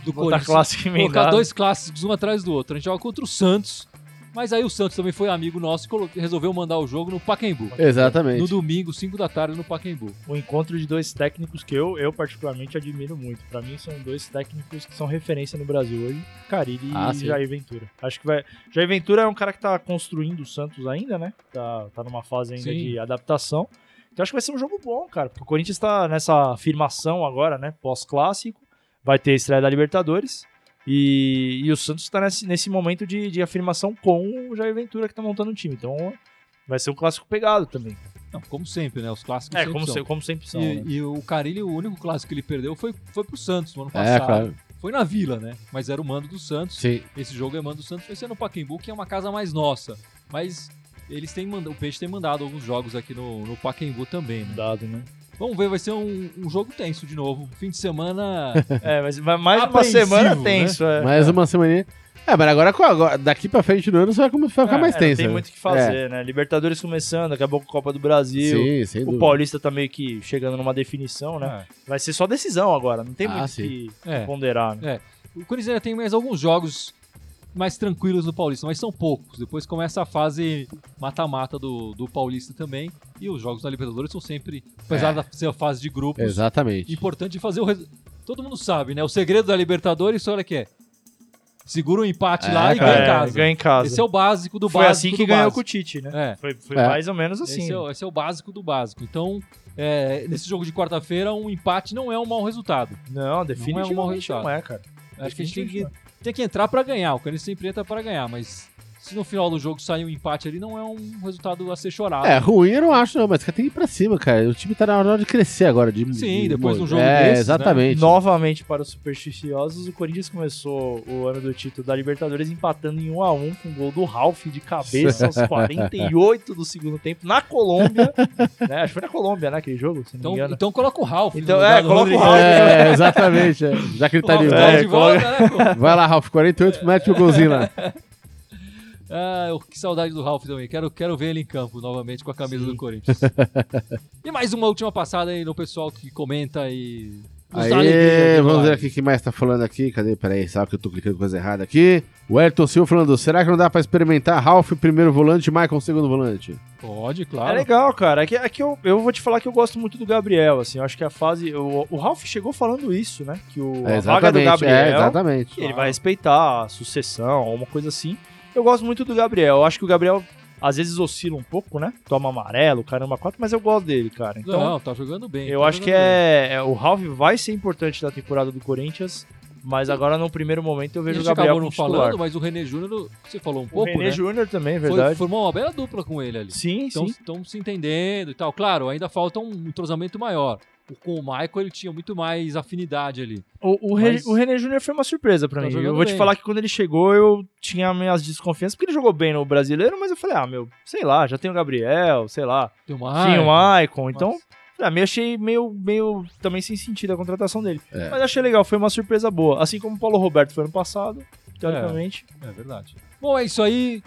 [SPEAKER 1] do
[SPEAKER 2] botar
[SPEAKER 1] Corinthians.
[SPEAKER 2] clássico
[SPEAKER 1] Colocar
[SPEAKER 2] emendado.
[SPEAKER 1] dois clássicos um atrás do outro. A gente joga contra o Santos, mas aí o Santos também foi amigo nosso e colo- resolveu mandar o jogo no Pacaembu.
[SPEAKER 3] Exatamente.
[SPEAKER 1] No domingo, 5 da tarde, no Pacaembu.
[SPEAKER 2] o encontro de dois técnicos que eu, eu particularmente admiro muito. Pra mim são dois técnicos que são referência no Brasil hoje, Carille
[SPEAKER 3] Ah,
[SPEAKER 2] e
[SPEAKER 3] sim.
[SPEAKER 2] Jair Ventura. Acho que vai Jair Ventura é um cara que tá construindo o Santos ainda, né? Tá, tá numa fase ainda
[SPEAKER 1] Sim.
[SPEAKER 2] de adaptação. Então acho que vai ser um jogo bom, cara, porque o Corinthians tá nessa afirmação agora, né, pós-clássico, vai ter a estreia da Libertadores. E, e o Santos tá nesse, nesse momento de, de afirmação com o Jair Ventura que tá montando o time. Então vai ser um clássico pegado também.
[SPEAKER 1] Não, como sempre, né? Os clássicos
[SPEAKER 2] É,
[SPEAKER 1] sempre
[SPEAKER 2] como,
[SPEAKER 1] são.
[SPEAKER 2] se- como sempre são. né?
[SPEAKER 1] E, e o Carilli, o único clássico que ele perdeu foi, foi pro Santos no ano
[SPEAKER 3] É,
[SPEAKER 1] passado.
[SPEAKER 3] claro.
[SPEAKER 1] Foi na Vila, né? Mas era o mando do Santos.
[SPEAKER 3] Sim.
[SPEAKER 1] Esse jogo é mando do Santos, vai ser no Pacaembu, que é uma casa mais nossa. Mas eles têm mandado, o Peixe tem mandado alguns jogos aqui no, no Pacaembu também, né?
[SPEAKER 2] Dado, né?
[SPEAKER 1] Vamos ver, vai ser um, um jogo tenso de novo. Fim de semana.
[SPEAKER 2] É, mas mas mais uma
[SPEAKER 1] Apreensivo,
[SPEAKER 2] semana
[SPEAKER 1] né?
[SPEAKER 2] tenso, é.
[SPEAKER 3] Mais uma semaninha. É, mas agora, com- agora- daqui pra frente no ano você vai, come- vai ficar
[SPEAKER 1] É,
[SPEAKER 3] mais
[SPEAKER 2] É, não
[SPEAKER 3] tenso.
[SPEAKER 2] tem
[SPEAKER 3] né?
[SPEAKER 2] muito o que fazer, né? Libertadores começando, daqui a pouco Copa do Brasil.
[SPEAKER 3] Sim, sem
[SPEAKER 2] O
[SPEAKER 3] dúvida.
[SPEAKER 2] Paulista tá meio que chegando numa definição, né? Vai ser só decisão agora, não tem
[SPEAKER 3] Ah,
[SPEAKER 2] muito o
[SPEAKER 3] sim.
[SPEAKER 2] que
[SPEAKER 1] É.
[SPEAKER 2] ponderar, né?
[SPEAKER 1] O Corinthians ainda tem mais alguns jogos mais tranquilos no Paulista, mas são poucos. Depois começa a fase mata-mata do, do Paulista também. E os jogos da Libertadores são sempre, apesar da ser a fase de grupos,
[SPEAKER 3] É. Exatamente.
[SPEAKER 1] importante fazer o resu- Todo mundo sabe, né? O segredo da Libertadores, olha que é. Segura um empate
[SPEAKER 3] É,
[SPEAKER 1] lá e
[SPEAKER 3] cara.
[SPEAKER 1] ganha em casa.
[SPEAKER 2] ganha em casa.
[SPEAKER 1] Esse é o básico do
[SPEAKER 2] Foi
[SPEAKER 1] básico.
[SPEAKER 2] assim que
[SPEAKER 1] do
[SPEAKER 2] ganhou
[SPEAKER 1] básico.
[SPEAKER 2] com o Tite, né?
[SPEAKER 1] É.
[SPEAKER 2] Foi, foi
[SPEAKER 3] É.
[SPEAKER 2] mais ou menos assim.
[SPEAKER 1] Esse é, o, esse é o básico do básico. Então, é, nesse jogo de quarta-feira, um empate não é um mau resultado.
[SPEAKER 2] Não, definitivamente não é,
[SPEAKER 1] resultado.
[SPEAKER 2] cara.
[SPEAKER 1] Acho que a gente tem que,
[SPEAKER 2] Definitivamente
[SPEAKER 1] tem que entrar pra ganhar. O Corinthians sempre entra pra ganhar, mas se no final do jogo sair um empate ali, não é um resultado a ser chorado.
[SPEAKER 3] É, ruim eu não acho, não, mas cara, tem que ir pra cima, cara. O time tá na hora de crescer agora. De,
[SPEAKER 1] Sim,
[SPEAKER 3] de-
[SPEAKER 1] depois de um jogo
[SPEAKER 3] É,
[SPEAKER 1] desses,
[SPEAKER 3] exatamente.
[SPEAKER 2] Novamente para os supersticiosos, o Corinthians começou o ano do título da Libertadores empatando em 1 a 1 com o gol do Ralf de cabeça aos 48 do segundo tempo na Colômbia. né? Acho que foi na Colômbia, né, aquele jogo, se não
[SPEAKER 1] Então,
[SPEAKER 2] me engano.
[SPEAKER 1] então coloca o Ralf. no
[SPEAKER 2] Então,
[SPEAKER 1] lugar
[SPEAKER 2] é,
[SPEAKER 1] do
[SPEAKER 2] coloca o
[SPEAKER 1] Rodrigo.
[SPEAKER 2] Ralf.
[SPEAKER 3] É, exatamente. é. Já que ele tá
[SPEAKER 1] O Ralf
[SPEAKER 3] de
[SPEAKER 1] tá
[SPEAKER 3] volta.
[SPEAKER 1] de volta, né, pô?
[SPEAKER 3] Vai lá, Ralf, 48, mete o golzinho lá.
[SPEAKER 1] Ah, eu- que saudade do Ralf também. Quero, quero ver ele em campo novamente com a camisa
[SPEAKER 2] Sim.
[SPEAKER 1] do Corinthians. e mais uma última passada aí no pessoal que comenta e. nos dá alegria
[SPEAKER 3] Aê,
[SPEAKER 1] de
[SPEAKER 3] vamos ver
[SPEAKER 1] live.
[SPEAKER 3] aqui quem mais tá falando aqui. Cadê? Peraí, sabe que eu tô clicando coisa errada aqui. O Ayrton Silva falando, será que não dá pra experimentar Ralf primeiro volante e Michael segundo volante?
[SPEAKER 1] Pode,
[SPEAKER 2] É
[SPEAKER 1] claro.
[SPEAKER 2] legal, cara. É que, é que eu, eu vou te falar que eu gosto muito do Gabriel, assim. Eu acho que a fase... O, o Ralf chegou falando isso, né? Que o,
[SPEAKER 3] é,
[SPEAKER 2] a vaga
[SPEAKER 3] exatamente,
[SPEAKER 2] do
[SPEAKER 3] é,
[SPEAKER 2] Gabriel...
[SPEAKER 3] exatamente.
[SPEAKER 2] Ele vai respeitar a sucessão, alguma coisa assim. Eu gosto muito do Gabriel. Eu acho que o Gabriel às vezes oscila um pouco, né? Toma amarelo, caramba, quatro, mas eu gosto dele, cara. Então,
[SPEAKER 1] Não, tá jogando bem.
[SPEAKER 2] eu
[SPEAKER 1] tá
[SPEAKER 2] acho que
[SPEAKER 1] jogando bem.
[SPEAKER 2] é, é- o Ralph vai ser importante na temporada do Corinthians. Mas agora, no primeiro momento, eu
[SPEAKER 1] A
[SPEAKER 2] vejo o
[SPEAKER 1] gente
[SPEAKER 2] Gabriel
[SPEAKER 1] acabou
[SPEAKER 2] como
[SPEAKER 1] não
[SPEAKER 2] titular.
[SPEAKER 1] falando, mas o René Júnior, você falou um
[SPEAKER 2] o
[SPEAKER 1] pouco,
[SPEAKER 2] René
[SPEAKER 1] né?
[SPEAKER 2] Júnior também, é
[SPEAKER 1] Foi-
[SPEAKER 2] verdade.
[SPEAKER 1] formou uma bela dupla com ele ali.
[SPEAKER 2] Sim, sim.
[SPEAKER 1] Estão se entendendo e tal. Claro, ainda falta um entrosamento maior. O- Com o Michael, ele tinha muito mais afinidade ali.
[SPEAKER 2] O, o, Re-
[SPEAKER 1] Mas-
[SPEAKER 2] o René Júnior foi uma surpresa pra
[SPEAKER 1] Tá
[SPEAKER 2] mim.
[SPEAKER 1] jogando
[SPEAKER 2] Eu vou te
[SPEAKER 1] bem.
[SPEAKER 2] falar que quando ele chegou, eu tinha minhas desconfianças, porque ele jogou bem no brasileiro, mas eu falei, ah, meu, sei lá, já tem o Gabriel, sei lá,
[SPEAKER 1] Tem o
[SPEAKER 2] tinha
[SPEAKER 1] Michael.
[SPEAKER 2] o Icon, então.
[SPEAKER 1] Ah, é. Nossa.
[SPEAKER 2] Ah, me achei meio, meio também sem sentido a contratação dele.
[SPEAKER 3] É.
[SPEAKER 2] Mas achei legal, foi uma surpresa boa. Assim como o Paulo Roberto foi ano passado, teoricamente.
[SPEAKER 1] É verdade. Bom, é isso aí.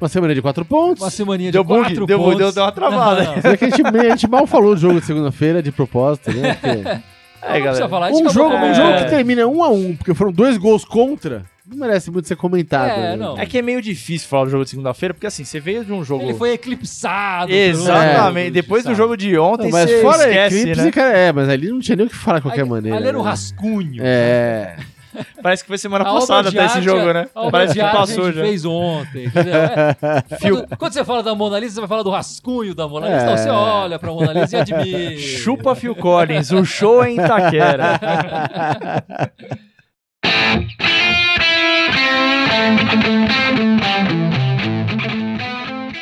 [SPEAKER 3] Uma semana de quatro pontos.
[SPEAKER 1] Uma semaninha
[SPEAKER 2] Deu
[SPEAKER 1] de
[SPEAKER 2] bug,
[SPEAKER 1] quatro
[SPEAKER 2] deu-
[SPEAKER 1] pontos.
[SPEAKER 2] deu- deu uma travada.
[SPEAKER 1] Não, não,
[SPEAKER 3] Mas é que a, gente, a gente mal falou do jogo de segunda-feira de propósito, né? Porque
[SPEAKER 1] não precisa falar. a gente
[SPEAKER 3] um,
[SPEAKER 1] acabou
[SPEAKER 3] jogo,
[SPEAKER 1] com-
[SPEAKER 3] um
[SPEAKER 2] É.
[SPEAKER 3] jogo que termina um a um, porque foram dois gols contra, não merece muito ser comentado.
[SPEAKER 1] É,
[SPEAKER 3] né?
[SPEAKER 1] não.
[SPEAKER 2] É que é meio difícil falar do jogo de segunda-feira, porque assim, você veio de um jogo.
[SPEAKER 1] Ele foi eclipsado. pelo-
[SPEAKER 2] Exatamente.
[SPEAKER 1] É,
[SPEAKER 2] Depois do
[SPEAKER 1] eclipsado.
[SPEAKER 2] jogo de
[SPEAKER 3] Não,
[SPEAKER 2] ontem,
[SPEAKER 3] mas
[SPEAKER 2] você
[SPEAKER 3] fora
[SPEAKER 2] esquece,
[SPEAKER 3] Eclipse,
[SPEAKER 2] né?
[SPEAKER 3] cara, é, mas ali não tinha nem o que falar de qualquer
[SPEAKER 1] Ali-
[SPEAKER 3] maneira.
[SPEAKER 1] Ali era um né?
[SPEAKER 3] né?
[SPEAKER 1] rascunho.
[SPEAKER 3] É.
[SPEAKER 2] Parece que foi semana
[SPEAKER 1] A obra
[SPEAKER 2] passada
[SPEAKER 1] de
[SPEAKER 2] até esse
[SPEAKER 1] arte, é
[SPEAKER 2] jogo, né?
[SPEAKER 1] a obra
[SPEAKER 2] Parece
[SPEAKER 1] de
[SPEAKER 2] que
[SPEAKER 1] arte a
[SPEAKER 2] passou
[SPEAKER 1] gente
[SPEAKER 2] já.
[SPEAKER 1] fez ontem, entendeu? É. Quando, quando você fala da Mona Lisa, você vai falar do rascunho da Mona Lisa.
[SPEAKER 3] É.
[SPEAKER 1] Então você olha pra Mona Lisa e admira.
[SPEAKER 2] Chupa Phil Collins, o show é em Itaquera.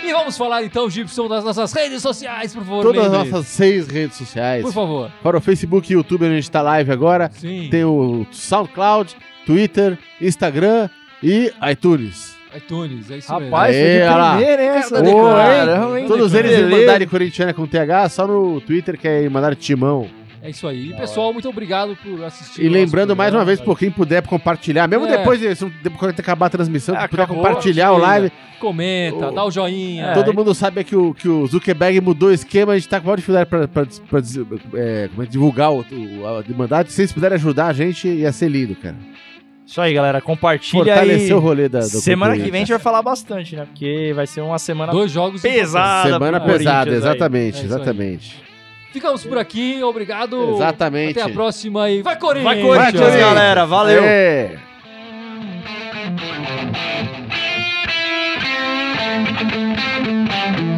[SPEAKER 1] E vamos falar então, Gibson, das nossas redes sociais, por favor.
[SPEAKER 3] Todas as
[SPEAKER 1] lembre.
[SPEAKER 3] nossas seis redes sociais.
[SPEAKER 1] Por favor.
[SPEAKER 3] Para o Facebook e YouTube, onde a gente tá live agora.
[SPEAKER 1] Sim.
[SPEAKER 3] Tem o SoundCloud, Twitter, Instagram e iTunes.
[SPEAKER 1] iTunes, é isso mesmo.
[SPEAKER 2] Rapaz, foi
[SPEAKER 3] Aê,
[SPEAKER 2] de
[SPEAKER 3] olha lá.
[SPEAKER 2] primeira, hein?
[SPEAKER 1] Tá
[SPEAKER 2] Essa
[SPEAKER 1] de
[SPEAKER 3] Ô,
[SPEAKER 1] cara,
[SPEAKER 3] hein?
[SPEAKER 1] caramba, hein?
[SPEAKER 3] Todos
[SPEAKER 1] Que
[SPEAKER 3] eles em
[SPEAKER 2] beleza.
[SPEAKER 3] Mandari Corintiana com TH, só no Twitter que é em Mandari Timão.
[SPEAKER 1] É isso aí.
[SPEAKER 2] Da
[SPEAKER 1] Pessoal, muito obrigado por assistir.
[SPEAKER 3] E
[SPEAKER 1] o nosso
[SPEAKER 3] lembrando mais uma
[SPEAKER 1] programa.
[SPEAKER 3] vez, por quem puder compartilhar, mesmo
[SPEAKER 1] É.
[SPEAKER 3] depois, de- se depois de acabar a transmissão,
[SPEAKER 2] É,
[SPEAKER 3] se puder
[SPEAKER 2] acabou, né?
[SPEAKER 3] compartilhar o
[SPEAKER 1] chega.
[SPEAKER 3] live.
[SPEAKER 1] Comenta,
[SPEAKER 3] Ô.
[SPEAKER 1] dá o joinha.
[SPEAKER 2] É.
[SPEAKER 3] Todo
[SPEAKER 2] aí-
[SPEAKER 3] mundo sabe que o, que o Zuckerberg mudou o esquema, a gente tá com maior dificuldade pra, pra, pra diz- é, como é, divulgar o, o, a demandada. Se vocês puderem ajudar a gente, ia ser lindo, cara.
[SPEAKER 2] Isso aí, galera. Compartilha aí.
[SPEAKER 3] Fortalecer o rolê da, do
[SPEAKER 2] Semana que
[SPEAKER 3] conteúdo.
[SPEAKER 2] vem a gente vai falar bastante, né? Porque vai ser uma semana
[SPEAKER 1] É. Dois jogos
[SPEAKER 2] pesada.
[SPEAKER 3] Semana
[SPEAKER 2] pro Corinthians
[SPEAKER 3] pesada,
[SPEAKER 2] aí.
[SPEAKER 3] exatamente,
[SPEAKER 1] É isso aí.
[SPEAKER 3] exatamente.
[SPEAKER 1] importantes. Ficamos por aqui, obrigado.
[SPEAKER 3] Exatamente.
[SPEAKER 1] Até a próxima e vai Corinthians!
[SPEAKER 2] Vai, Corinthians,
[SPEAKER 3] Corinthians.
[SPEAKER 2] galera. Valeu.
[SPEAKER 3] É.
[SPEAKER 4] Thank you.